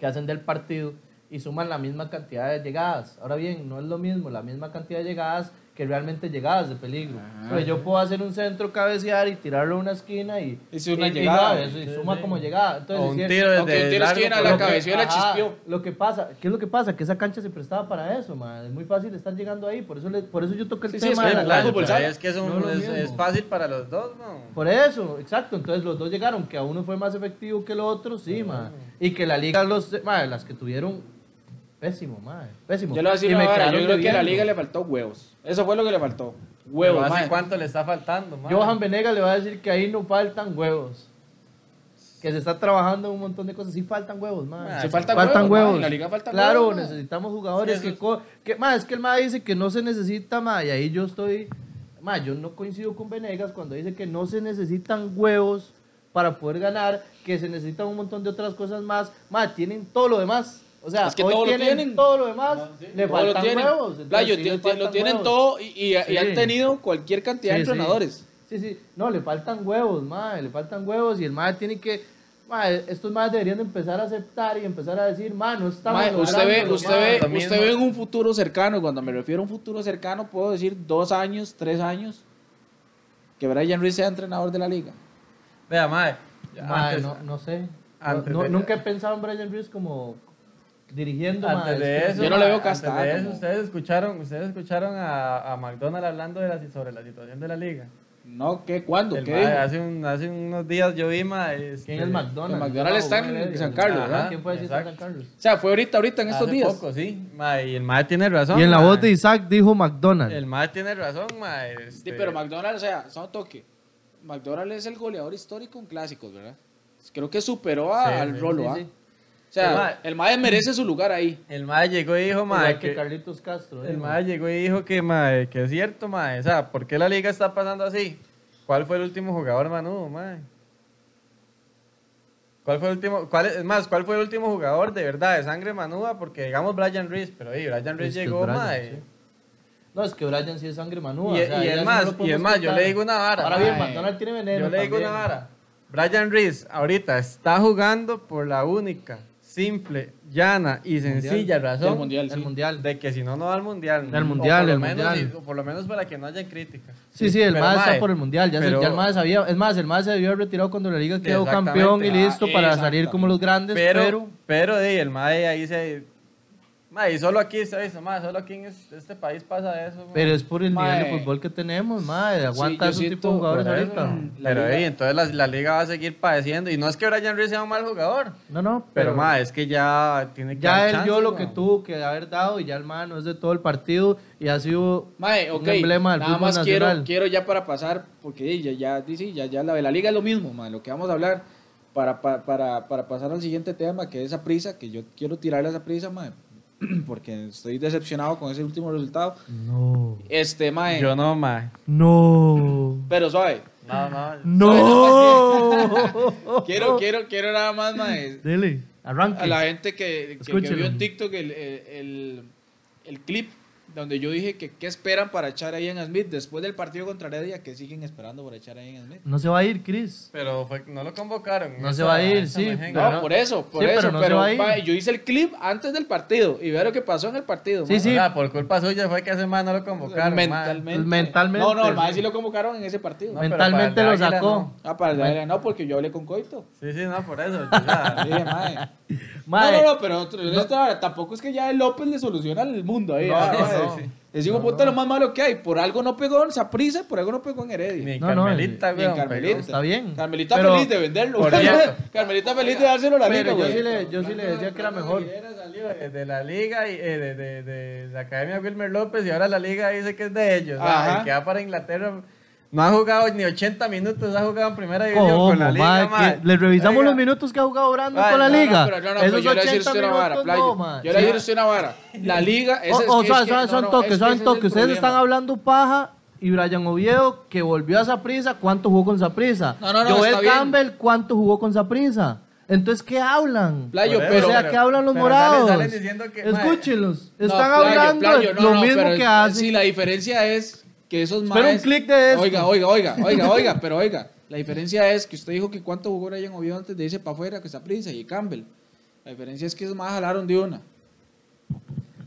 Speaker 2: que hacen del partido y suman la misma cantidad de llegadas. Ahora bien, no es lo mismo, la misma cantidad de llegadas que realmente llegadas de peligro.
Speaker 1: Ah.
Speaker 2: Pues yo puedo hacer un centro, cabecear y tirarlo a una esquina y.
Speaker 1: Es una
Speaker 2: y- y
Speaker 1: llegada.
Speaker 2: no, eso, y suma como llegada. Entonces,
Speaker 3: O un
Speaker 2: es decir,
Speaker 3: tiro desde
Speaker 1: Aunque el tiro
Speaker 3: largo,
Speaker 1: esquina a
Speaker 3: pero-
Speaker 1: la cabeza y la
Speaker 2: Ajá,
Speaker 1: chispió.
Speaker 2: Lo que pasa, ¿qué es lo que pasa? Que esa cancha se prestaba para eso, ma. Es muy fácil estar llegando ahí, por eso, le- por eso yo toqué el
Speaker 1: Sí, sí,
Speaker 2: tema
Speaker 1: es
Speaker 2: de
Speaker 1: que
Speaker 2: la
Speaker 1: el
Speaker 3: Eh, Claro,
Speaker 1: fútbol
Speaker 3: pero
Speaker 1: sala.
Speaker 3: es que es, un-
Speaker 2: No es lo
Speaker 3: es-
Speaker 2: mismo.
Speaker 3: es fácil para los dos, ¿no?
Speaker 2: Por eso, exacto. Entonces los dos llegaron, que a uno fue más efectivo que el otro, sí, ma. Y que la liga, los, ma, las que tuvieron, pésimo, ma. Pésimo.
Speaker 1: Yo le voy a decir
Speaker 2: Y me
Speaker 1: una vara, yo
Speaker 2: quedaron
Speaker 1: creo que a la
Speaker 2: debiendo.
Speaker 1: liga le faltó huevos. Eso fue lo que le faltó.
Speaker 3: Pero
Speaker 1: Huevos,
Speaker 3: ¿hace
Speaker 1: mae.
Speaker 3: cuánto le está faltando, mae?
Speaker 2: Johan Venegas le va a decir que ahí no faltan huevos. Que se está trabajando un montón de cosas. Sí faltan huevos, ma.
Speaker 3: Ma,
Speaker 1: Se Ah, faltan,
Speaker 2: Faltan
Speaker 1: huevos. mae,
Speaker 2: huevos.
Speaker 1: en la liga faltan
Speaker 2: claro,
Speaker 1: huevos, mae.
Speaker 2: necesitamos jugadores
Speaker 3: Sí, eso
Speaker 2: que, co- que más es que el ma dice que no se necesita más y ahí yo estoy más yo no coincido con Venegas cuando dice que no se necesitan huevos para poder ganar, que se necesitan un montón de otras cosas más, más tienen todo lo demás. O sea,
Speaker 1: Es que
Speaker 2: hoy
Speaker 1: todo lo
Speaker 2: tienen,
Speaker 1: tienen. Ah,
Speaker 2: todo lo demás,
Speaker 1: Todo
Speaker 2: le
Speaker 1: lo
Speaker 2: faltan
Speaker 1: tienen.
Speaker 2: huevos. entonces
Speaker 1: Playo,
Speaker 2: sí
Speaker 1: ti-
Speaker 2: le
Speaker 1: ti-
Speaker 2: faltan
Speaker 1: lo tienen
Speaker 2: huevos.
Speaker 1: todo y, y- y
Speaker 2: Sí.
Speaker 1: han tenido cualquier cantidad de
Speaker 2: Sí, sí.
Speaker 1: entrenadores.
Speaker 2: Sí, sí. No, le faltan huevos, madre. Le faltan huevos y el madre tiene que... Madre, estos madres deberían de empezar a aceptar y empezar a decir, ma, no estamos...
Speaker 1: Mae, usted
Speaker 2: logrando,
Speaker 1: ve, usted
Speaker 2: ma".
Speaker 1: ve,
Speaker 3: lo
Speaker 1: usted
Speaker 3: mismo.
Speaker 1: ve en un futuro cercano, cuando me refiero a un futuro cercano, puedo decir dos años, tres años, que Brian Ruiz sea entrenador de la liga.
Speaker 3: Vea, mae. ya
Speaker 2: Mae,
Speaker 3: antes- Ah,
Speaker 2: no, no sé.
Speaker 3: antes
Speaker 2: No-
Speaker 3: de-
Speaker 2: no- nunca he pensado en Brian Reeves como dirigiendo mae,
Speaker 3: Antes
Speaker 2: es
Speaker 3: de
Speaker 2: que-
Speaker 3: eso,
Speaker 1: yo no le veo
Speaker 3: mae, antes
Speaker 1: castada,
Speaker 3: de eso,
Speaker 1: como-
Speaker 3: ustedes escucharon, ustedes escucharon a, a McDonald hablando de la, sobre la situación de la liga.
Speaker 1: No, ¿qué? ¿Cuándo?
Speaker 3: El
Speaker 1: ¿Qué
Speaker 3: mae,
Speaker 1: dijo?
Speaker 3: hace, un- hace unos días yo vi, mae. este,
Speaker 2: ¿Quién es McDonald's?
Speaker 1: El McDonald's está en
Speaker 2: Heredia.
Speaker 1: San Carlos,
Speaker 2: Ajá,
Speaker 3: ¿verdad?
Speaker 2: ¿Quién puede decir
Speaker 3: Exacto.
Speaker 2: San Carlos?
Speaker 1: O sea, fue ahorita, ahorita, en estos
Speaker 3: hace
Speaker 1: días.
Speaker 3: poco, sí. mae, y el mae tiene razón.
Speaker 2: Y en la
Speaker 3: mae.
Speaker 2: voz de Isaac dijo McDonald's.
Speaker 3: El mae tiene razón, mae. este,
Speaker 1: Sí, pero McDonald's, o sea, son toque. McDonald's es el goleador histórico en clásicos, ¿verdad? Creo que superó a-
Speaker 3: Sí,
Speaker 1: al
Speaker 3: sí,
Speaker 1: Rolo,
Speaker 3: sí,
Speaker 1: ¿ah?
Speaker 3: sí.
Speaker 1: O sea,
Speaker 3: El mae-
Speaker 1: el Mae merece su lugar ahí.
Speaker 3: El mae llegó y dijo, mae,
Speaker 2: Igual que,
Speaker 3: que,
Speaker 2: Carlitos Castro.
Speaker 3: El
Speaker 2: digo.
Speaker 3: mae llegó y dijo que, mae, que es cierto, mae. O sea, ¿por qué la liga está pasando así? ¿Cuál fue el último jugador manudo, mae? ¿Cuál fue el último, cuál es, es más, cuál fue el último jugador de verdad de sangre manuda? Porque digamos Brian Reese, pero ahí Brian
Speaker 4: Es
Speaker 3: Reese
Speaker 4: que es
Speaker 3: llegó,
Speaker 4: Brian,
Speaker 3: mae.
Speaker 4: sí.
Speaker 2: No, es que Brian sí es sangre manúa.
Speaker 3: Y-
Speaker 2: o sea,
Speaker 3: y es
Speaker 2: ya sí
Speaker 3: más,
Speaker 2: no lo
Speaker 3: y
Speaker 2: podemos
Speaker 3: es más, yo
Speaker 2: quitar.
Speaker 3: le digo una vara,
Speaker 2: Ahora bien,
Speaker 3: mae.
Speaker 2: McDonald tiene veneno.
Speaker 3: Yo le digo una
Speaker 2: también.
Speaker 3: vara. Brian Reese ahorita está jugando por la única, simple, llana y sencilla
Speaker 1: Del
Speaker 3: razón
Speaker 1: mundial,
Speaker 2: El
Speaker 1: sí.
Speaker 2: mundial.
Speaker 3: de que si no, no va al mundial.
Speaker 2: Al
Speaker 3: O
Speaker 2: mundial,
Speaker 3: por lo
Speaker 2: al
Speaker 3: menos,
Speaker 2: mundial.
Speaker 3: y- o por lo menos para que no haya críticas.
Speaker 2: Sí, sí, el
Speaker 3: Pero,
Speaker 2: MAD está
Speaker 3: mae,
Speaker 2: por el mundial. Ya, se-
Speaker 3: pero-
Speaker 2: ya el MAD sabía. Es más, el MAD se debió haber retirado cuando la liga quedó
Speaker 3: Exactamente,
Speaker 2: campeón y
Speaker 3: ah,
Speaker 2: listo para salir
Speaker 1: exactamente.
Speaker 2: como los grandes. Pero,
Speaker 3: Pero, pero, di, el MAE ahí se. Mae, y solo aquí se dice, mae, solo aquí en es- este país pasa eso. mae.
Speaker 2: pero es por el nivel de
Speaker 1: Mae.
Speaker 2: fútbol que tenemos, MAD. Aguanta
Speaker 1: yo
Speaker 2: esos
Speaker 1: siento
Speaker 2: tipos de jugadores
Speaker 1: por
Speaker 2: ahorita.
Speaker 1: eso. la
Speaker 3: Pero,
Speaker 1: liga-
Speaker 3: di, entonces la, la liga va a seguir padeciendo. Y no es que Brian Reese sea un mal jugador,
Speaker 2: No, no,
Speaker 3: pero, mae, es que ya tiene que.
Speaker 2: Ya
Speaker 3: dar
Speaker 2: él
Speaker 3: chance,
Speaker 2: dio lo
Speaker 3: mae.
Speaker 2: que tuvo que haber dado y ya el MAD no es de todo el partido y ha sido
Speaker 1: Mae, ok,
Speaker 2: un emblema del
Speaker 1: nada
Speaker 2: fútbol
Speaker 1: más quiero,
Speaker 2: nacional.
Speaker 1: quiero ya para pasar, porque ya, ya, dice, ya, ya la de la liga es lo mismo, mae, lo que vamos a hablar, para, pa- para, para pasar al siguiente tema, que es esa prisa, que yo quiero tirarle a esa prisa, mae, porque estoy decepcionado con ese último resultado.
Speaker 2: No.
Speaker 1: Este, mae,
Speaker 3: Yo no, mae.
Speaker 2: No.
Speaker 1: pero suave,
Speaker 3: No, no.
Speaker 2: No.
Speaker 1: quiero, quiero, quiero nada más, mae,
Speaker 2: Dele, arranque.
Speaker 1: a la gente que, que- que,
Speaker 2: Escúchelo.
Speaker 1: vio en TikTok el, el- el- el clip donde yo dije que qué esperan para echar a Ian Smith después del partido contra Heredia, que siguen esperando para echar a Ian Smith.
Speaker 2: No se va a ir, Chris.
Speaker 3: Pero fue- no lo convocaron.
Speaker 2: No
Speaker 3: esa-
Speaker 2: se va a ir,
Speaker 3: esa
Speaker 2: sí,
Speaker 3: mejenga.
Speaker 1: No,
Speaker 2: pero-
Speaker 1: por eso, por
Speaker 2: Sí,
Speaker 1: eso. Pero,
Speaker 2: pero no se va a ir.
Speaker 1: pa, yo hice el clip antes del partido y vea lo que pasó en el partido.
Speaker 2: Sí,
Speaker 1: ma.
Speaker 2: sí.
Speaker 3: O sea, por culpa suya fue que hace más no lo convocaron. mae.
Speaker 1: mentalmente.
Speaker 2: Mentalmente,
Speaker 1: No, no, el mae
Speaker 2: sí.
Speaker 1: sí lo convocaron en ese partido.
Speaker 3: No, pero
Speaker 2: Mentalmente
Speaker 3: para
Speaker 2: lo
Speaker 3: el de Águila
Speaker 2: sacó.
Speaker 1: Ah, para el de Águila, no, porque yo hablé con Coito.
Speaker 3: Sí, sí, no, por eso. o sea,
Speaker 1: Sí, mae.
Speaker 2: Mae,
Speaker 1: No, no, no, pero otro- en esta hora, tampoco es que ya el López le soluciona el mundo ahí.
Speaker 2: No,
Speaker 1: ah,
Speaker 2: no,
Speaker 1: mae.
Speaker 2: no.
Speaker 1: Sí. Es hijo puta lo más malo que hay. Por algo no pegó en Saprisa, por algo no pegó en Heredia.
Speaker 3: Ni en
Speaker 2: No, no,
Speaker 3: Carmelita,
Speaker 1: ni
Speaker 3: güey.
Speaker 1: en Carmelita.
Speaker 3: pero-
Speaker 2: Está bien.
Speaker 1: Carmelita
Speaker 2: Pero-
Speaker 1: feliz de venderlo.
Speaker 3: Por
Speaker 1: güey.
Speaker 3: cierto.
Speaker 1: Carmelita feliz de dárselo a la liga,
Speaker 2: Pero yo
Speaker 1: güey.
Speaker 2: sí le, yo sí le decía que era mejor.
Speaker 3: Aguilera salió de, eh, de la liga y eh, de, de- de la Academia Wilmer López y ahora la liga dice que es de ellos.
Speaker 1: Ajá.
Speaker 3: ay, que va para Inglaterra. No ha jugado ni 80 minutos, ha jugado en primera división
Speaker 2: ¿Cómo,
Speaker 3: con la liga.
Speaker 2: mae?
Speaker 3: mae.
Speaker 2: ¿Qué- Le revisamos
Speaker 3: Oiga,
Speaker 2: los minutos que ha jugado Brando
Speaker 3: Mae,
Speaker 2: con la
Speaker 3: no, no,
Speaker 2: liga.
Speaker 1: pero no, no,
Speaker 2: Esos
Speaker 1: pero yo le voy a decir
Speaker 2: 80
Speaker 1: usted una vara,
Speaker 2: minutos
Speaker 1: playa.
Speaker 2: no, mae.
Speaker 1: Yo le voy a decir
Speaker 2: Sí.
Speaker 1: usted una vara. La liga es,
Speaker 2: O,
Speaker 1: es
Speaker 2: o
Speaker 1: que-
Speaker 2: sea,
Speaker 1: es que-
Speaker 2: saben,
Speaker 1: no,
Speaker 2: son
Speaker 1: no, es
Speaker 2: toques,
Speaker 1: que
Speaker 2: son
Speaker 1: ese es el
Speaker 2: toques. Ustedes
Speaker 1: problema.
Speaker 2: están hablando paja y Brian Oviedo, que volvió a Saprisa, ¿cuánto jugó con Saprisa?
Speaker 1: No, no, no,
Speaker 2: Joel
Speaker 1: está bien.
Speaker 2: Campbell, ¿cuánto jugó con Saprisa? Entonces, ¿qué hablan?
Speaker 1: Playo,
Speaker 3: Por eso,
Speaker 1: pero-
Speaker 2: o sea, ¿qué hablan los
Speaker 3: pero salen-
Speaker 2: morados?
Speaker 3: salen diciendo que, mae,
Speaker 2: Escúchenlos.
Speaker 1: No,
Speaker 2: Están
Speaker 1: playo,
Speaker 2: hablando
Speaker 1: playo, no,
Speaker 2: lo
Speaker 1: no,
Speaker 2: mismo
Speaker 1: pero
Speaker 2: que
Speaker 1: es-
Speaker 2: hacen.
Speaker 1: Sí, la diferencia es que esos
Speaker 2: Espera un
Speaker 1: maes-
Speaker 2: clic de esto.
Speaker 1: Oiga, oiga, oiga, oiga, oiga, pero oiga. La diferencia es que usted dijo que cuánto jugó Brian Oviedo antes de irse para afuera, que está Prince y Campbell. La diferencia es que esos más jalaron de una.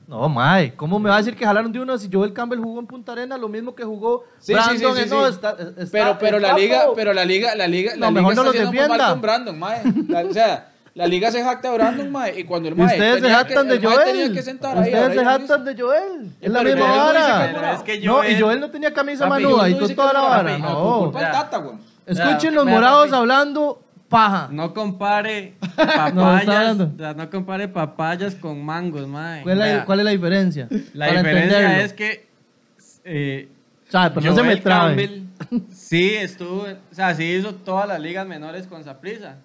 Speaker 2: No, mae, ¿cómo me va a decir que jalaron de uno si Joel Campbell jugó en Punta Arena lo mismo que jugó
Speaker 1: Sí, sí, sí,
Speaker 2: Brandon?
Speaker 1: sí,
Speaker 2: eh, no,
Speaker 1: sí.
Speaker 2: está- está-
Speaker 1: Pero, pero la
Speaker 2: está
Speaker 1: liga,
Speaker 2: po-
Speaker 1: pero la liga, la liga, la
Speaker 2: No,
Speaker 1: liga
Speaker 2: mejor
Speaker 1: está
Speaker 2: no lo
Speaker 1: haciendo muy
Speaker 2: defienda.
Speaker 1: mal con Brandon, mae. La- o sea, la liga se jacta de Brandon, mae, y cuando el
Speaker 2: Y
Speaker 1: mae
Speaker 2: ustedes se
Speaker 1: tenía que-
Speaker 2: jactan de
Speaker 1: el mae tenía
Speaker 2: Joel.
Speaker 1: que sentar ahí,
Speaker 2: ustedes
Speaker 1: ahora
Speaker 2: se
Speaker 1: ya no
Speaker 2: jactan
Speaker 1: hizo.
Speaker 2: de Joel. Es la
Speaker 1: pero
Speaker 2: misma
Speaker 1: Joel no dice
Speaker 2: vara.
Speaker 1: que es
Speaker 3: morado. Es que
Speaker 2: no, y
Speaker 3: Joel-
Speaker 2: Joel no tenía camisa
Speaker 3: Papi,
Speaker 2: manuda
Speaker 1: Joel
Speaker 2: y
Speaker 1: no
Speaker 2: con
Speaker 1: dice
Speaker 2: toda
Speaker 1: que
Speaker 2: la
Speaker 1: es
Speaker 2: vara.
Speaker 1: papi,
Speaker 3: no,
Speaker 1: Por
Speaker 2: No.
Speaker 1: culpa del Tata, güey.
Speaker 2: Escuchen los
Speaker 3: Vea,
Speaker 2: morados
Speaker 3: papi.
Speaker 2: hablando paja.
Speaker 3: No compare
Speaker 2: No, está
Speaker 3: papayas,
Speaker 2: hablando.
Speaker 3: o sea, no compare papayas con mangos, mae.
Speaker 2: ¿Cuál es,
Speaker 3: Vea,
Speaker 2: la, cuál es la diferencia?
Speaker 3: la
Speaker 2: Para
Speaker 3: diferencia
Speaker 2: entenderlo.
Speaker 3: es que eh,
Speaker 2: O sea, pero pues no se
Speaker 3: Joel
Speaker 2: me trabe.
Speaker 3: Campbell sí estuvo, o sea, sí hizo todas las ligas menores con Saprissa.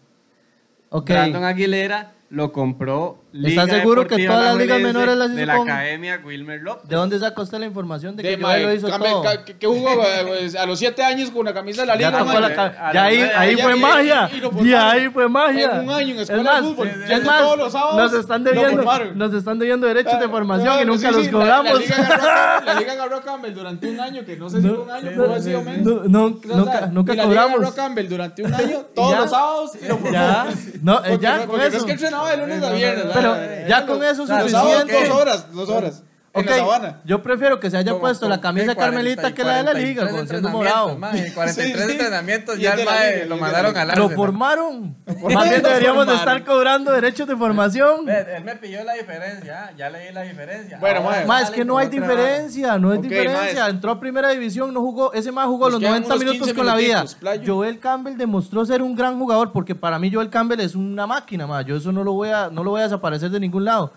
Speaker 2: Ok.
Speaker 3: Brandon Aguilera lo compró
Speaker 2: ¿Estás seguro que
Speaker 3: Deportiva
Speaker 2: todas las ligas
Speaker 3: Alajuelense
Speaker 2: menores las
Speaker 3: de
Speaker 2: hizo
Speaker 3: la
Speaker 2: con-
Speaker 3: academia Wilmer López?
Speaker 2: ¿De dónde saca usted la información de que
Speaker 1: De,
Speaker 2: Joel
Speaker 1: mae,
Speaker 2: lo hizo
Speaker 1: Campbell,
Speaker 2: todo?
Speaker 1: ca- que, que jugó eh, pues, a los 7 años con la camisa de la
Speaker 2: Ya
Speaker 1: liga,
Speaker 2: tocó
Speaker 1: mae.
Speaker 2: la ca-
Speaker 3: a
Speaker 2: ya
Speaker 3: los
Speaker 2: ahí,
Speaker 3: nueve
Speaker 2: ahí
Speaker 1: años
Speaker 2: fue
Speaker 1: y-
Speaker 2: magia.
Speaker 1: y- y lo
Speaker 2: Y,
Speaker 1: formaron.
Speaker 2: ahí fue magia.
Speaker 1: En un año en
Speaker 2: Es
Speaker 1: escuela de
Speaker 2: más,
Speaker 1: fútbol,
Speaker 2: es
Speaker 1: yendo
Speaker 2: más,
Speaker 1: todos los sábados,
Speaker 2: Nos están
Speaker 1: lo
Speaker 2: debiendo,
Speaker 1: formaron.
Speaker 2: nos están debiendo derechos de formación
Speaker 1: Ah,
Speaker 2: y nunca
Speaker 1: sí,
Speaker 2: los
Speaker 1: sí, la- La,
Speaker 2: cobramos.
Speaker 1: liga agarró a Campbell- la liga agarró a Campbell durante un año, que no sé si fue un año, pero ha sido menos.
Speaker 2: No, no,
Speaker 1: O sea,
Speaker 2: nunca, nunca
Speaker 1: y la liga agarró
Speaker 2: cobramos.
Speaker 1: a Campbell durante un año, todos
Speaker 2: Ya.
Speaker 1: los sábados, y lo formó.
Speaker 2: Ya, no, eh,
Speaker 1: Porque
Speaker 2: ya
Speaker 1: no-
Speaker 2: con
Speaker 1: porque no es
Speaker 2: eso.
Speaker 1: que entrenaba de lunes a viernes.
Speaker 2: Pero
Speaker 1: ¿verdad?
Speaker 2: ya con eso
Speaker 1: Los
Speaker 2: es
Speaker 1: sábados,
Speaker 2: suficiente.
Speaker 1: dos horas, dos horas. En
Speaker 2: Ok,
Speaker 1: la sabana.
Speaker 2: yo prefiero que se haya
Speaker 3: Como-
Speaker 2: puesto la
Speaker 3: como
Speaker 2: camisa de
Speaker 3: que 40 y
Speaker 2: Carmelita que la de la
Speaker 3: 43
Speaker 2: liga, con siendo
Speaker 3: entrenamientos,
Speaker 2: morado.
Speaker 3: mae, 43
Speaker 1: Sí, sí.
Speaker 3: entrenamientos
Speaker 1: Y
Speaker 3: ya
Speaker 1: es de
Speaker 3: el
Speaker 1: la
Speaker 3: mae
Speaker 1: liga, y
Speaker 3: lo
Speaker 1: es de la
Speaker 3: mandaron
Speaker 1: liga.
Speaker 3: a la
Speaker 2: Lo formaron. Más
Speaker 1: formaron.
Speaker 2: bien
Speaker 1: Lo
Speaker 2: deberíamos de
Speaker 1: formaron.
Speaker 2: estar cobrando derechos de formación.
Speaker 3: Él me pilló la diferencia, ah, ya leí la Ah, diferencia.
Speaker 1: Bueno, mae.
Speaker 2: Más es que no hay
Speaker 3: salen con otra
Speaker 2: diferencia, no hay
Speaker 1: Ok,
Speaker 2: diferencia.
Speaker 1: maes.
Speaker 2: Entró a primera división, no jugó, ese más jugó
Speaker 1: Nos
Speaker 2: los
Speaker 1: quedan
Speaker 2: 90
Speaker 1: unos
Speaker 2: minutos
Speaker 1: 15
Speaker 2: con la vida.
Speaker 1: minutitos, playo.
Speaker 2: Joel Campbell demostró ser un gran jugador porque para mí Joel Campbell es una máquina, más. Yo eso no lo voy a no lo voy a desaparecer de ningún lado.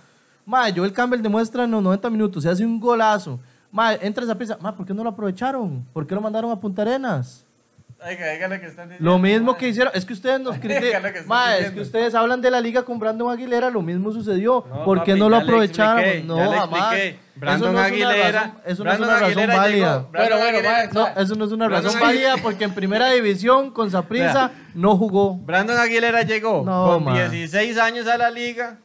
Speaker 2: Más Joel Campbell demuestra en los 90 minutos, se hace un golazo. Más entra esa pieza, más ¿por qué no lo aprovecharon? ¿Por qué lo mandaron a Punta Arenas?
Speaker 3: Ay, que diga lo que están diciendo.
Speaker 2: Lo mismo
Speaker 3: mae.
Speaker 2: que hicieron, es que ustedes nos critican.
Speaker 3: Lo que estoy
Speaker 2: Ma, es
Speaker 3: diciendo.
Speaker 2: que ustedes hablan de la liga con Brandon Aguilera, lo mismo sucedió.
Speaker 3: No,
Speaker 2: ¿Por qué
Speaker 3: papi,
Speaker 2: no lo
Speaker 3: ya le expliqué,
Speaker 2: aprocharon?
Speaker 3: ya
Speaker 2: No,
Speaker 3: le
Speaker 2: jamás.
Speaker 3: expliqué. Brandon
Speaker 2: eso no Es una
Speaker 3: Aguilera.
Speaker 2: razón, eso
Speaker 3: Brandon
Speaker 2: no es una razón
Speaker 3: Aguilera
Speaker 2: válida.
Speaker 3: llegó.
Speaker 1: Bueno, bueno,
Speaker 3: Aguilera
Speaker 1: mae,
Speaker 3: llegó.
Speaker 1: no,
Speaker 2: No, eso no es una
Speaker 3: Brandon
Speaker 2: razón
Speaker 3: Aguilera-
Speaker 2: válida porque en primera división con Saprissa
Speaker 3: Vea.
Speaker 2: no jugó.
Speaker 3: Brandon Aguilera llegó
Speaker 2: No,
Speaker 3: con
Speaker 2: ma.
Speaker 3: 16 años a la liga.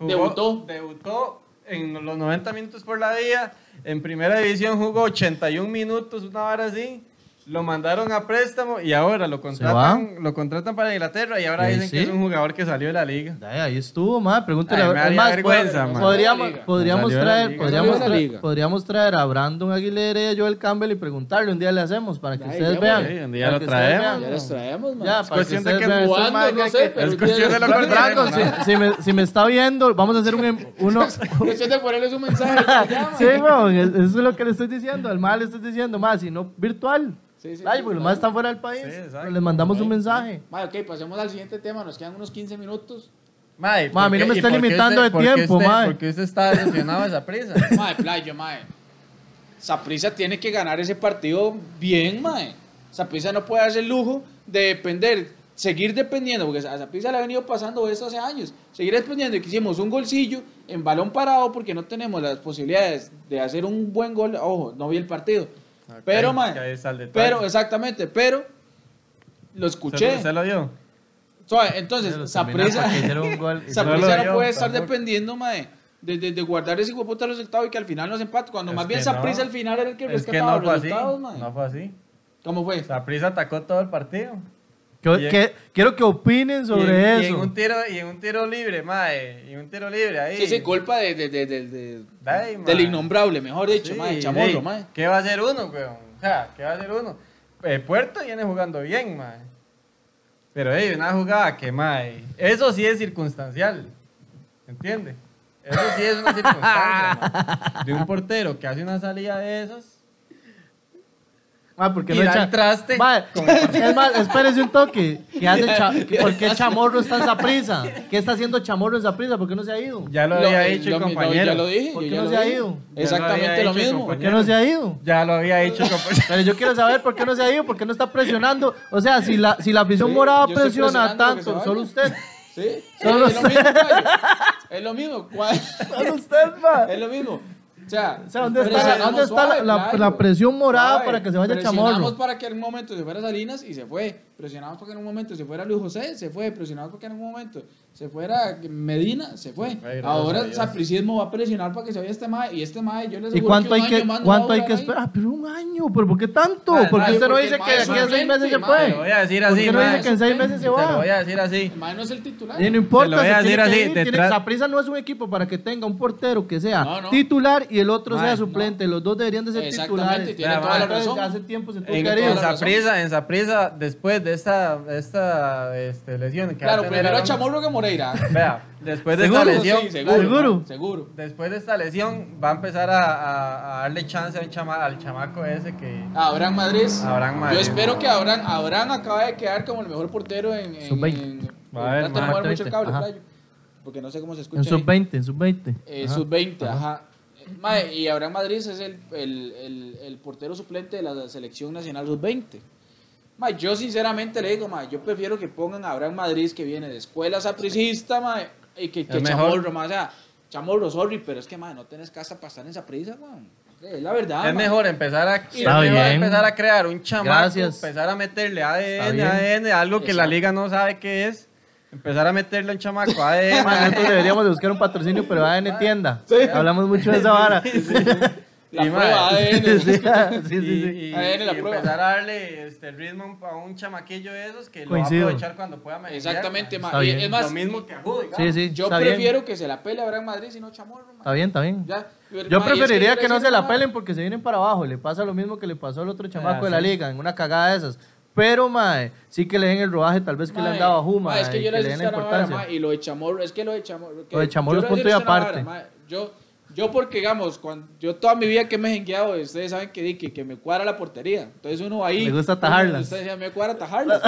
Speaker 1: Debutó.
Speaker 3: Debutó en los 90 minutos por la día. En primera división jugó 81 minutos, una hora así. Lo mandaron a préstamo y ahora lo contratan, lo contratan para Inglaterra y ahora
Speaker 2: Eh,
Speaker 3: dicen
Speaker 2: sí.
Speaker 3: que es un jugador que salió de la liga.
Speaker 2: Ay, Ahí estuvo, ma, pregúntale.
Speaker 3: Ay,
Speaker 2: a-
Speaker 3: me
Speaker 2: es
Speaker 3: haría
Speaker 2: más,
Speaker 3: vergüenza,
Speaker 2: pod-
Speaker 3: ma.
Speaker 2: podríamos,
Speaker 1: Salió de la
Speaker 2: podríamos
Speaker 3: liga.
Speaker 2: traer, podríamos,
Speaker 1: Salió de la
Speaker 2: traer-
Speaker 1: liga.
Speaker 2: podríamos traer a Brandon Aguilera y a Joel Campbell y preguntarle, un día le hacemos para que
Speaker 1: Ay,
Speaker 2: ustedes
Speaker 1: ya,
Speaker 2: vean.
Speaker 3: sí, un día
Speaker 2: para
Speaker 3: lo
Speaker 2: que ustedes
Speaker 3: traemos.
Speaker 2: vean.
Speaker 1: Ya los traemos, man.
Speaker 2: Ya,
Speaker 1: Es
Speaker 2: para que
Speaker 3: cuestión de
Speaker 2: ustedes
Speaker 3: que
Speaker 2: vean,
Speaker 1: ¿Cuándo?
Speaker 2: madre,
Speaker 1: No
Speaker 2: que-
Speaker 1: sé, pero
Speaker 3: es
Speaker 1: tiene-
Speaker 3: cuestión de lo que
Speaker 2: Brandon,
Speaker 3: Brandon,
Speaker 2: si, si me, si me está viendo, vamos a hacer un, em- uno.
Speaker 1: Cuestión de ponerles un mensaje. ya, ya,
Speaker 2: Sí,
Speaker 1: man.
Speaker 2: weón, es- eso es lo que le estoy diciendo. Al mal le estoy diciendo, más, si no virtual.
Speaker 1: Sí, sí,
Speaker 2: Ay,
Speaker 1: sí,
Speaker 2: porque
Speaker 1: claro.
Speaker 2: los más están fuera del país.
Speaker 3: Sí, exacto.
Speaker 2: pero les mandamos un mensaje.
Speaker 1: Mae, ok, pasemos al siguiente tema. Nos quedan unos 15 minutos.
Speaker 3: Mae,
Speaker 2: Ma, a mí
Speaker 3: ¿por
Speaker 2: no me
Speaker 3: qué-
Speaker 2: está
Speaker 3: y por qué
Speaker 2: limitando de
Speaker 3: por qué
Speaker 2: tiempo,
Speaker 3: usted-
Speaker 2: mae.
Speaker 3: ¿Por qué usted está decepcionado de esa prisa?
Speaker 1: Mae, playo, mae. Saprisa tiene que ganar ese partido bien, mae. Saprisa no puede darse el lujo de depender, seguir dependiendo, porque a Saprisa le ha venido pasando esto hace años. Seguir dependiendo de que hicimos un golcillo en balón parado porque no tenemos las posibilidades de hacer un buen gol. Ojo, no vi el partido.
Speaker 3: Ok,
Speaker 1: pero,
Speaker 3: que ahí
Speaker 1: mae.
Speaker 3: está el detalle.
Speaker 1: Pero, exactamente, pero lo escuché.
Speaker 3: ¿Se, se lo dio?
Speaker 1: Suave, Entonces, Saprisa.
Speaker 3: No lo
Speaker 1: Saprisa pues no,
Speaker 3: veo,
Speaker 1: puede estar
Speaker 3: tampoco.
Speaker 1: dependiendo, mae, de, de, de guardar ese hijo de puta resultado y que al final nos empate. Cuando
Speaker 3: Es
Speaker 1: más bien
Speaker 3: que
Speaker 1: Saprisa
Speaker 3: no.
Speaker 1: al final era el que
Speaker 3: Es que
Speaker 1: rescataba
Speaker 3: no fue
Speaker 1: los
Speaker 3: así.
Speaker 1: resultados, mae.
Speaker 3: No fue así.
Speaker 1: ¿Cómo fue?
Speaker 3: Saprisa atacó todo el partido.
Speaker 2: Que- que- quiero que opinen sobre
Speaker 3: y en,
Speaker 2: eso.
Speaker 3: Y en, un tiro, y en un tiro libre, mae. Y un tiro libre ahí.
Speaker 1: Sí, sí, culpa de, de, de, de- de-
Speaker 3: Ay, mae.
Speaker 1: del innombrable, mejor dicho,
Speaker 3: Sí,
Speaker 1: mae, chamorro,
Speaker 3: sí.
Speaker 1: mae.
Speaker 3: ¿Qué va a hacer uno, weón? O sea, ¿qué va a hacer uno? Eh, Puerto viene jugando bien, mae. Pero, ey, una jugada que, mae. Eso sí es circunstancial. ¿Entiendes? Eso sí es una circunstancia, mae. De un portero que hace una salida de esas.
Speaker 2: Ma, ¿por qué
Speaker 3: Y
Speaker 2: Ah, no
Speaker 3: da
Speaker 2: echa-
Speaker 3: el traste.
Speaker 2: Ma, es más, espérese un toque. ¿Qué hace Cha- ¿Por qué Chamorro está en esa prisa? ¿Qué está haciendo Chamorro en esa prisa? ¿Por qué no se ha ido?
Speaker 3: Ya lo, había dicho,
Speaker 1: lo-
Speaker 3: compañero.
Speaker 1: ya lo dije.
Speaker 2: ¿Por
Speaker 1: yo
Speaker 2: qué
Speaker 1: ya
Speaker 2: no
Speaker 1: lo
Speaker 2: se ha
Speaker 1: dije.
Speaker 2: ido?
Speaker 3: Ya
Speaker 1: Exactamente
Speaker 3: lo
Speaker 1: lo,
Speaker 3: había dicho,
Speaker 1: mismo.
Speaker 2: ¿Por qué no se ha ido?
Speaker 3: Ya lo había dicho, compañero.
Speaker 2: Pero yo quiero saber por qué no se ha ido, por qué no está presionando. O sea, si la, si la afición morada
Speaker 1: yo estoy
Speaker 2: presiona
Speaker 1: presionando que se
Speaker 2: tanto,
Speaker 1: vaya.
Speaker 2: solo usted.
Speaker 1: Sí, sí,
Speaker 2: Solo
Speaker 1: es lo mismo, mae. Es lo mismo. cua-
Speaker 2: Solo usted, ma.
Speaker 1: Es lo mismo. O sea,
Speaker 2: O sea, ¿dónde está, la-
Speaker 1: presionamos
Speaker 2: dónde está la-
Speaker 1: suave,
Speaker 2: la,
Speaker 1: claro.
Speaker 2: la presión morada
Speaker 1: Suave.
Speaker 2: para que se vaya
Speaker 1: Presionamos
Speaker 2: Chamorro?
Speaker 1: para que en un momento se fuera Salinas y se fue. Presionamos para que en un momento se fuera Luis José, se fue. Presionamos para que en un momento se fuera Medina, se fue.
Speaker 3: gracias a
Speaker 1: Ahora
Speaker 3: Dios.
Speaker 1: Sapricismo va a presionar para que se vaya este mae y este mae yo les
Speaker 2: ¿Y
Speaker 1: aseguro
Speaker 2: cuánto
Speaker 1: un
Speaker 2: hay que,
Speaker 1: año más no va a
Speaker 2: cuánto hay
Speaker 1: durar
Speaker 2: que
Speaker 1: ahí.
Speaker 2: esperar? Ah, pero un año, ¿pero por qué tanto?
Speaker 3: Madre,
Speaker 2: ¿Por qué
Speaker 3: madre,
Speaker 2: usted no
Speaker 1: porque
Speaker 2: dice
Speaker 1: el
Speaker 2: que de
Speaker 1: mae
Speaker 2: aquí a seis
Speaker 1: suplente,
Speaker 2: meses se
Speaker 1: madre,
Speaker 3: Te
Speaker 2: puede?
Speaker 3: lo voy a decir
Speaker 2: ¿Por
Speaker 3: así,
Speaker 2: qué no
Speaker 3: mae.
Speaker 2: dice que en seis
Speaker 1: suplente.
Speaker 2: meses
Speaker 3: Te
Speaker 2: se
Speaker 3: lo
Speaker 2: va?
Speaker 3: voy a decir así.
Speaker 1: El mae no es el titular.
Speaker 2: Y no
Speaker 3: Te lo voy
Speaker 2: importa,
Speaker 3: a
Speaker 2: se tiene
Speaker 3: decir
Speaker 2: que
Speaker 3: así,
Speaker 2: ir.
Speaker 3: te
Speaker 2: Tiene,
Speaker 3: tra-
Speaker 2: Saprissa no es un equipo para que tenga un portero que sea
Speaker 1: No, no.
Speaker 2: titular y el otro
Speaker 3: Madre,
Speaker 2: sea suplente. Los dos deberían de ser
Speaker 1: Exactamente,
Speaker 2: titulares.
Speaker 1: tiene
Speaker 3: toda la
Speaker 2: entonces,
Speaker 1: razón.
Speaker 2: Hace tiempo se tuvo
Speaker 1: Tiene
Speaker 2: que
Speaker 1: toda
Speaker 2: ir.
Speaker 3: En
Speaker 1: la razón.
Speaker 3: Saprisa, en Saprisa, después de esta, esta este, lesión que va a
Speaker 1: Claro,
Speaker 3: tener
Speaker 1: primero a
Speaker 3: Aaron-
Speaker 1: Chamorro que Moreira.
Speaker 3: Vea, después de
Speaker 1: Seguro,
Speaker 3: esta lesión,
Speaker 1: sí, seguro.
Speaker 2: ¿Seguro?
Speaker 1: Seguro.
Speaker 3: después de esta lesión va a empezar a, a- a darle chance a un chama- al chamaco ese que
Speaker 1: Abraham Madrid.
Speaker 3: Abraham Madrid.
Speaker 1: Yo espero que Abraham, Abraham acaba de quedar como el mejor portero en. en,
Speaker 2: Sub-veinte.
Speaker 1: en-
Speaker 3: Va a haber,
Speaker 1: Trata de
Speaker 3: ma,
Speaker 1: mover mucho el
Speaker 2: 30,
Speaker 1: cable,
Speaker 2: ajá.
Speaker 1: playo, porque no sé cómo se escucha.
Speaker 2: En
Speaker 1: ahí.
Speaker 2: sub-20, en sub-20.
Speaker 1: Eh,
Speaker 2: Ajá.
Speaker 1: Sub-20, ajá. Eh, mae, y Abraham Madrid es el, el- el- el portero suplente de la selección nacional Sub-20. Mae, yo sinceramente le digo, mae, yo prefiero que pongan a Abraham Madrid que viene de escuela sapricista, mae, y que, que
Speaker 3: Es mejor.
Speaker 1: Chamorro, mae, o sea, Chamorro, sorry, pero es que, mae, no tenés casa para estar en esa prisa, mae. Es la verdad,
Speaker 3: es
Speaker 1: mae.
Speaker 3: mejor empezar a, es
Speaker 2: Está
Speaker 3: mejor
Speaker 2: bien.
Speaker 3: empezar a crear un chamaco,
Speaker 2: Gracias.
Speaker 3: empezar a meterle
Speaker 2: Está
Speaker 3: ADN,
Speaker 2: bien.
Speaker 3: ADN, algo que la
Speaker 1: Exacto.
Speaker 3: liga no sabe qué es, empezar a meterle a un chamaco ADN.
Speaker 2: Ma, nosotros deberíamos de buscar un patrocinio, pero va en tienda. Hablamos mucho de esa vara. Sí, sí,
Speaker 1: La
Speaker 3: Y,
Speaker 1: prueba
Speaker 3: mae,
Speaker 1: ADN.
Speaker 2: sí, sí.
Speaker 3: Y, y-
Speaker 1: ADN la
Speaker 3: y
Speaker 1: prueba.
Speaker 3: empezar a darle este ritmo a un chamaquillo de esos que
Speaker 2: Coincido.
Speaker 3: lo va a aprovechar cuando pueda medir.
Speaker 1: Exactamente,
Speaker 3: ma.
Speaker 1: mae.
Speaker 2: Está
Speaker 1: Y
Speaker 2: bien.
Speaker 1: Es
Speaker 3: Lo
Speaker 1: más,
Speaker 3: mismo que a Jude, digamos.
Speaker 2: Sí, sí,
Speaker 1: yo
Speaker 2: está bien.
Speaker 1: prefiero que se la pele a Abraham Madrid y no Chamorro, mae.
Speaker 2: Está bien, está bien.
Speaker 1: Ya, pero,
Speaker 2: Yo
Speaker 1: mae, y es
Speaker 2: preferiría
Speaker 1: yo
Speaker 2: que no
Speaker 1: decía,
Speaker 2: se la
Speaker 1: mae,
Speaker 2: pelen porque se vienen para abajo. Le pasa lo mismo que le pasó al otro chamaco de la
Speaker 3: sí.
Speaker 2: liga, en una cagada de esas. Pero, mae, sí que le den el rodaje tal vez que le han
Speaker 1: Mae,
Speaker 2: dado a Juma.
Speaker 1: mae, es que
Speaker 2: y
Speaker 1: yo le
Speaker 2: le den la
Speaker 1: decía ahora,
Speaker 2: importancia.
Speaker 1: mae, y lo de Chamorro, es que lo de Chamorro. que
Speaker 2: Lo de Chamorro
Speaker 1: yo
Speaker 2: es
Speaker 1: le
Speaker 2: punto y
Speaker 1: decía ahora,
Speaker 2: aparte.
Speaker 1: mae, yo, yo porque, digamos, cuando, yo toda mi vida que me he jengueado, ustedes saben que, di que, que me cuadra la portería. Entonces uno ahí...
Speaker 2: Me gusta atajarlas.
Speaker 1: Ustedes decían, me cuadra atajarlas.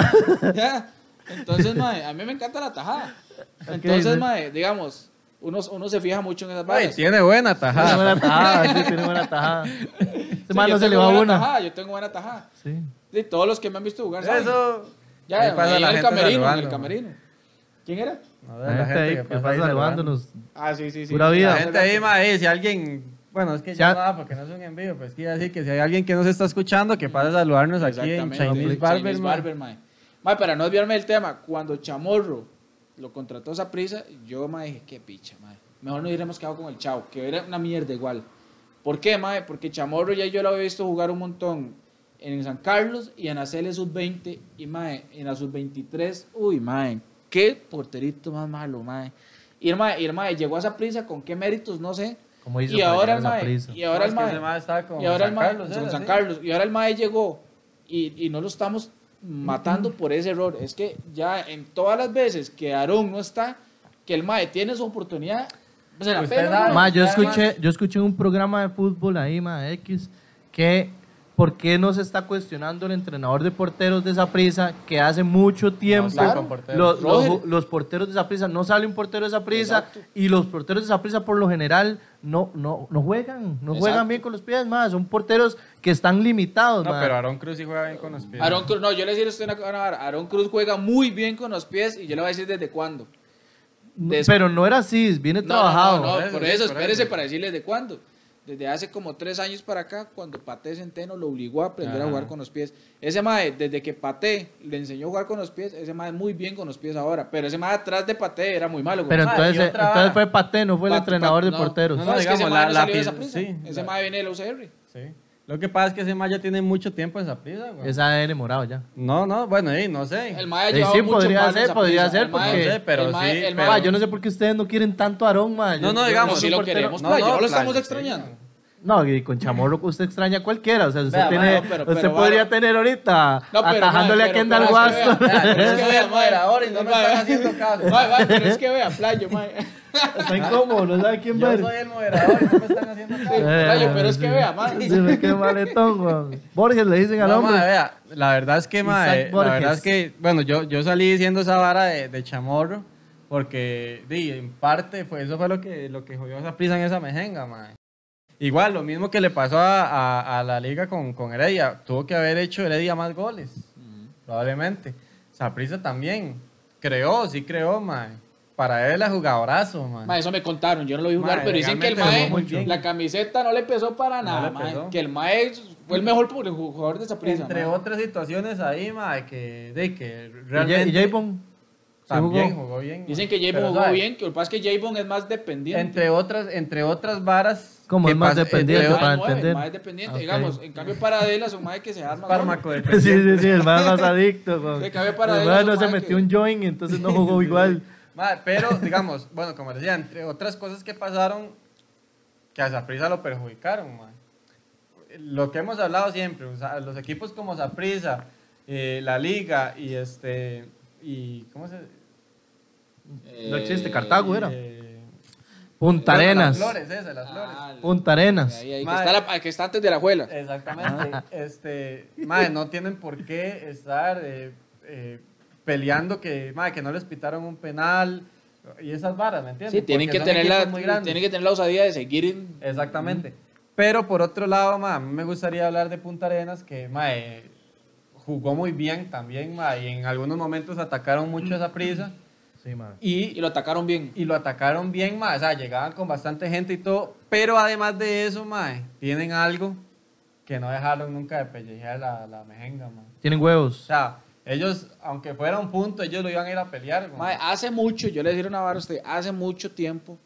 Speaker 1: ya. Entonces, mae, a mí me encanta la tajada.
Speaker 2: Ok,
Speaker 1: Entonces,
Speaker 2: sí.
Speaker 1: mae, digamos, uno, uno se fija mucho en esas
Speaker 3: Ay,
Speaker 1: varas.
Speaker 3: tiene buena
Speaker 2: Tiene
Speaker 3: tajada.
Speaker 2: buena tajada, sí, tiene buena tajada.
Speaker 1: Sí,
Speaker 2: Ese man
Speaker 1: yo
Speaker 2: no se le
Speaker 1: tengo
Speaker 2: va
Speaker 1: buena
Speaker 2: una.
Speaker 1: tajada, yo tengo buena tajada.
Speaker 2: Sí.
Speaker 1: De todos los que me han visto jugar, ¿saben?
Speaker 3: Eso.
Speaker 1: Ya,
Speaker 3: Ahí pasa
Speaker 1: ahí
Speaker 3: la
Speaker 1: en el
Speaker 3: gente
Speaker 1: camerino, en
Speaker 3: saludando,
Speaker 1: el camerino. ¿Quién era?
Speaker 3: A ver,
Speaker 2: La, gente ahí que pues, pasa saludándonos.
Speaker 1: Ah, sí, sí, sí.
Speaker 2: Pura vida.
Speaker 3: La gente ahí, ma, ahí, si alguien. Bueno, es que ya
Speaker 2: Ya-
Speaker 3: nada, porque no es un envío, pues quiero decir que si hay alguien que nos está escuchando, que pase a saludarnos aquí en
Speaker 1: Exactamente.
Speaker 3: Chinese Barber, ma.
Speaker 1: mae. Mae, para no desviarme del tema, cuando Chamorro lo contrató esa prisa, yo mae, dije, qué picha, mae. Mejor no hubiéramos quedado con el Chavo, que era una mierda igual. ¿Por qué, mae? Porque Chamorro ya yo lo había visto jugar un montón en el San Carlos y en la CL sub-20 y mae, en la sub-23, uy, mae, qué porterito más malo, mae. Y el mae, y el mae llegó a esa prisa con qué méritos, no sé.
Speaker 2: ¿Cómo hizo
Speaker 1: Y
Speaker 2: para
Speaker 1: ahora,
Speaker 2: llegar
Speaker 1: el
Speaker 2: a esa
Speaker 1: mae,
Speaker 2: prisa?
Speaker 1: y ahora
Speaker 3: No,
Speaker 1: el
Speaker 3: es que
Speaker 1: mae,
Speaker 3: ese mae estaba con
Speaker 1: y ahora
Speaker 3: San
Speaker 1: el mae,
Speaker 3: Carlos,
Speaker 1: con
Speaker 3: era,
Speaker 1: San
Speaker 3: sí.
Speaker 1: Carlos. Y ahora el mae llegó y, y no lo estamos matando por ese error. Es que ya en todas las veces que Aarón no está, que el mae tiene su oportunidad, pues se la
Speaker 3: Usted
Speaker 1: pela,
Speaker 3: da-
Speaker 1: mae.
Speaker 3: Ma,
Speaker 2: Ma, yo
Speaker 1: Ya,
Speaker 2: escuché, yo escuché en un programa de fútbol ahí, ma, X, que por qué no se está cuestionando el entrenador de porteros de esa prisa que hace mucho tiempo
Speaker 1: salen
Speaker 3: con porteros.
Speaker 2: los, los-
Speaker 1: Roger.
Speaker 2: los porteros de esa prisa no sale un portero de esa prisa
Speaker 1: Exacto.
Speaker 2: y los porteros de esa prisa por lo general no no no juegan, no
Speaker 1: Exacto.
Speaker 2: juegan bien con los pies, más son porteros que están limitados,
Speaker 3: No,
Speaker 2: ma.
Speaker 3: pero Aaron Cruz sí juega bien con los pies.
Speaker 1: Aarón Cruz, no, yo le decía a usted una una vara. Aarón Cruz juega muy bien con los pies y yo le voy a decir desde cuándo.
Speaker 2: No,
Speaker 1: des-
Speaker 2: pero no era así, viene
Speaker 1: No,
Speaker 2: trabajado.
Speaker 1: No, no,
Speaker 3: Por
Speaker 1: no,
Speaker 3: eso,
Speaker 1: por
Speaker 3: sí,
Speaker 1: eso,
Speaker 3: por
Speaker 1: espérese
Speaker 3: eso.
Speaker 1: para decirles de cuándo. Desde hace como tres años para acá, cuando Paté Centeno lo obligó a aprender a
Speaker 3: Ajá.
Speaker 1: jugar con los pies. Ese mae, desde que Paté le enseñó a jugar con los pies, ese mae muy bien con los pies ahora. Pero ese mae atrás de Paté era muy malo. güey.
Speaker 2: Pero
Speaker 3: Ma, y
Speaker 2: entonces,
Speaker 3: otra
Speaker 2: entonces
Speaker 3: vara.
Speaker 2: fue Paté, no fue el
Speaker 1: Pat-
Speaker 2: entrenador
Speaker 1: Pat-
Speaker 2: de
Speaker 1: no,
Speaker 2: porteros.
Speaker 1: No,
Speaker 3: No, no,
Speaker 1: es que ese
Speaker 3: digamos,
Speaker 1: mae no
Speaker 3: la-
Speaker 1: salió
Speaker 3: la
Speaker 1: de esa
Speaker 3: pi-
Speaker 1: prisa.
Speaker 3: sí,
Speaker 1: ese
Speaker 3: la-
Speaker 1: mae viene de la UCR.
Speaker 3: Sí. Lo que pasa es que ese mae ya tiene mucho tiempo en esa prisa, güey.
Speaker 2: Es ADN morado ya.
Speaker 3: No, no, bueno, y no sé.
Speaker 1: El mae ha
Speaker 2: Sí,
Speaker 1: llevado
Speaker 2: sí,
Speaker 1: mucho
Speaker 2: podría
Speaker 1: más en
Speaker 2: ser,
Speaker 1: esa
Speaker 2: podría
Speaker 1: prisa.
Speaker 2: ser,
Speaker 1: El mae-
Speaker 2: porque-
Speaker 3: No sé, pero
Speaker 1: el mae-
Speaker 3: sí,
Speaker 1: el
Speaker 3: pero-
Speaker 1: mae-
Speaker 2: Ma, Ah, yo no sé por qué ustedes no quieren tanto a Aarón, ma. Yo-
Speaker 3: No, no,
Speaker 2: yo
Speaker 3: digamos,
Speaker 1: si
Speaker 2: soy
Speaker 1: lo
Speaker 2: portero.
Speaker 1: queremos,
Speaker 3: No,
Speaker 1: playa,
Speaker 3: no,
Speaker 1: no, lo
Speaker 3: playa,
Speaker 1: estamos
Speaker 3: sí.
Speaker 1: extrañando.
Speaker 2: No, y con Chamorro usted extraña a cualquiera. O sea, usted,
Speaker 3: Vea,
Speaker 2: tiene,
Speaker 3: ma, no,
Speaker 1: pero-
Speaker 2: usted
Speaker 1: pero,
Speaker 2: podría
Speaker 1: ma,
Speaker 2: tener ahorita
Speaker 1: No, pero,
Speaker 2: atajándole
Speaker 1: mae,
Speaker 2: a
Speaker 1: pero-
Speaker 2: Kendall
Speaker 1: pero es que
Speaker 2: Waston.
Speaker 1: vea,
Speaker 3: Pero es que
Speaker 1: vea,
Speaker 3: vean,
Speaker 1: mae,
Speaker 3: moderadores, no me
Speaker 1: mae,
Speaker 3: están haciendo caso.
Speaker 1: Mae, mae, pero es que vea, playo, mae.
Speaker 2: Está incómodo, no sabe quién
Speaker 3: Yo
Speaker 2: ver. Eh,
Speaker 3: soy el moderador, y no me están haciendo caso.
Speaker 1: Rayo, pero es que vea, ma.
Speaker 2: Se me queda maletón, weón. Borges le dicen al
Speaker 3: No,
Speaker 2: hombre.
Speaker 3: mae, vea, la verdad es que, mae,
Speaker 2: Isaac
Speaker 3: la verdad
Speaker 2: Borges.
Speaker 3: es que, bueno, yo, yo salí diciendo esa vara de, de chamorro, porque, di, en parte, fue, eso fue lo que, lo que jodió esa prisa en esa mejenga, mae. Igual, lo mismo que le pasó a, a- a la liga con, con Heredia, tuvo que haber hecho Heredia más goles, probablemente. Saprisa también, creó, sí creó, mae. Para él era jugadorazo, mae.
Speaker 1: Ma, eso me contaron, yo no lo vi jugar,
Speaker 3: Ma,
Speaker 1: pero dicen que el
Speaker 3: legalmente
Speaker 1: Mae,
Speaker 3: jugó muy bien.
Speaker 1: la camiseta no le pesó para
Speaker 3: No
Speaker 1: nada,
Speaker 3: le
Speaker 1: ma,
Speaker 3: pesó.
Speaker 1: que el Mae fue el mejor pu- jugador de esa prisa.
Speaker 3: Entre
Speaker 1: ma.
Speaker 3: otras situaciones ahí, mae, que, di, que
Speaker 2: Y J-
Speaker 3: realmente...
Speaker 2: y J-Bone se
Speaker 3: también
Speaker 2: jugó.
Speaker 3: jugó, bien. mae.
Speaker 1: Dicen que
Speaker 3: Pero,
Speaker 1: Javon jugó
Speaker 3: ¿sabe?
Speaker 1: bien, que lo que pasa es que Javon es más dependiente.
Speaker 3: entre otras entre otras varas
Speaker 2: Como
Speaker 3: que
Speaker 2: es más
Speaker 3: pas- eh,
Speaker 2: dependiente,
Speaker 3: entre
Speaker 1: el
Speaker 3: otras-
Speaker 2: para
Speaker 1: mae mueve, el
Speaker 2: entender.
Speaker 1: mae es dependiente,
Speaker 2: Ok.
Speaker 1: digamos. En cambio, Paradela es un Mae que se arma.
Speaker 3: fármaco
Speaker 2: Sí, sí,
Speaker 3: dependiente
Speaker 2: sí, el más más adicto, weón.
Speaker 1: Se cabe para
Speaker 2: El
Speaker 1: él,
Speaker 2: man
Speaker 1: eso,
Speaker 2: no se
Speaker 1: ma, que-
Speaker 2: metió un join, entonces no jugó igual.
Speaker 3: Madre, pero digamos bueno como decía entre otras cosas que pasaron que a Saprisa lo perjudicaron madre. lo que hemos hablado siempre o sea, los equipos como Saprisa la Liga y este y cómo se
Speaker 1: Eh,
Speaker 2: No existe, Cartago era.
Speaker 3: Eh,
Speaker 2: Punta
Speaker 3: las
Speaker 2: Arenas.
Speaker 3: flores esa las flores
Speaker 2: Punta Arenas.
Speaker 1: Ahí, ahí, que,
Speaker 3: Mae.
Speaker 1: está la- que está antes de la juela.
Speaker 3: Exactamente. este, madre, no tienen por qué estar eh, eh, peleando que, madre, que no les pitaron un penal y esas varas, ¿me entiendes?
Speaker 1: Sí, tienen
Speaker 3: Porque
Speaker 1: que,
Speaker 3: son
Speaker 1: tener la,
Speaker 3: equipos muy grandes.
Speaker 1: tienen que tener la osadía de seguir. en-
Speaker 3: Exactamente. Pero por otro lado, madre, a mí me gustaría hablar de Punta Arenas, que, madre, jugó muy bien también, madre, y en algunos momentos atacaron mucho esa prisa.
Speaker 2: Sí, ma.
Speaker 1: Y lo atacaron bien.
Speaker 3: y lo atacaron bien, más, o sea, llegaban con bastante gente y todo, pero además de eso, mae, tienen algo que no dejaron nunca de pellejear la, la mejenga, mae.
Speaker 2: Tienen
Speaker 3: O
Speaker 2: huevos.
Speaker 3: sea, ellos, aunque fuera un punto, ellos lo iban a ir a pelear, güey.
Speaker 1: Mae, hace mucho, yo le decía una vara a usted, hace mucho tiempo,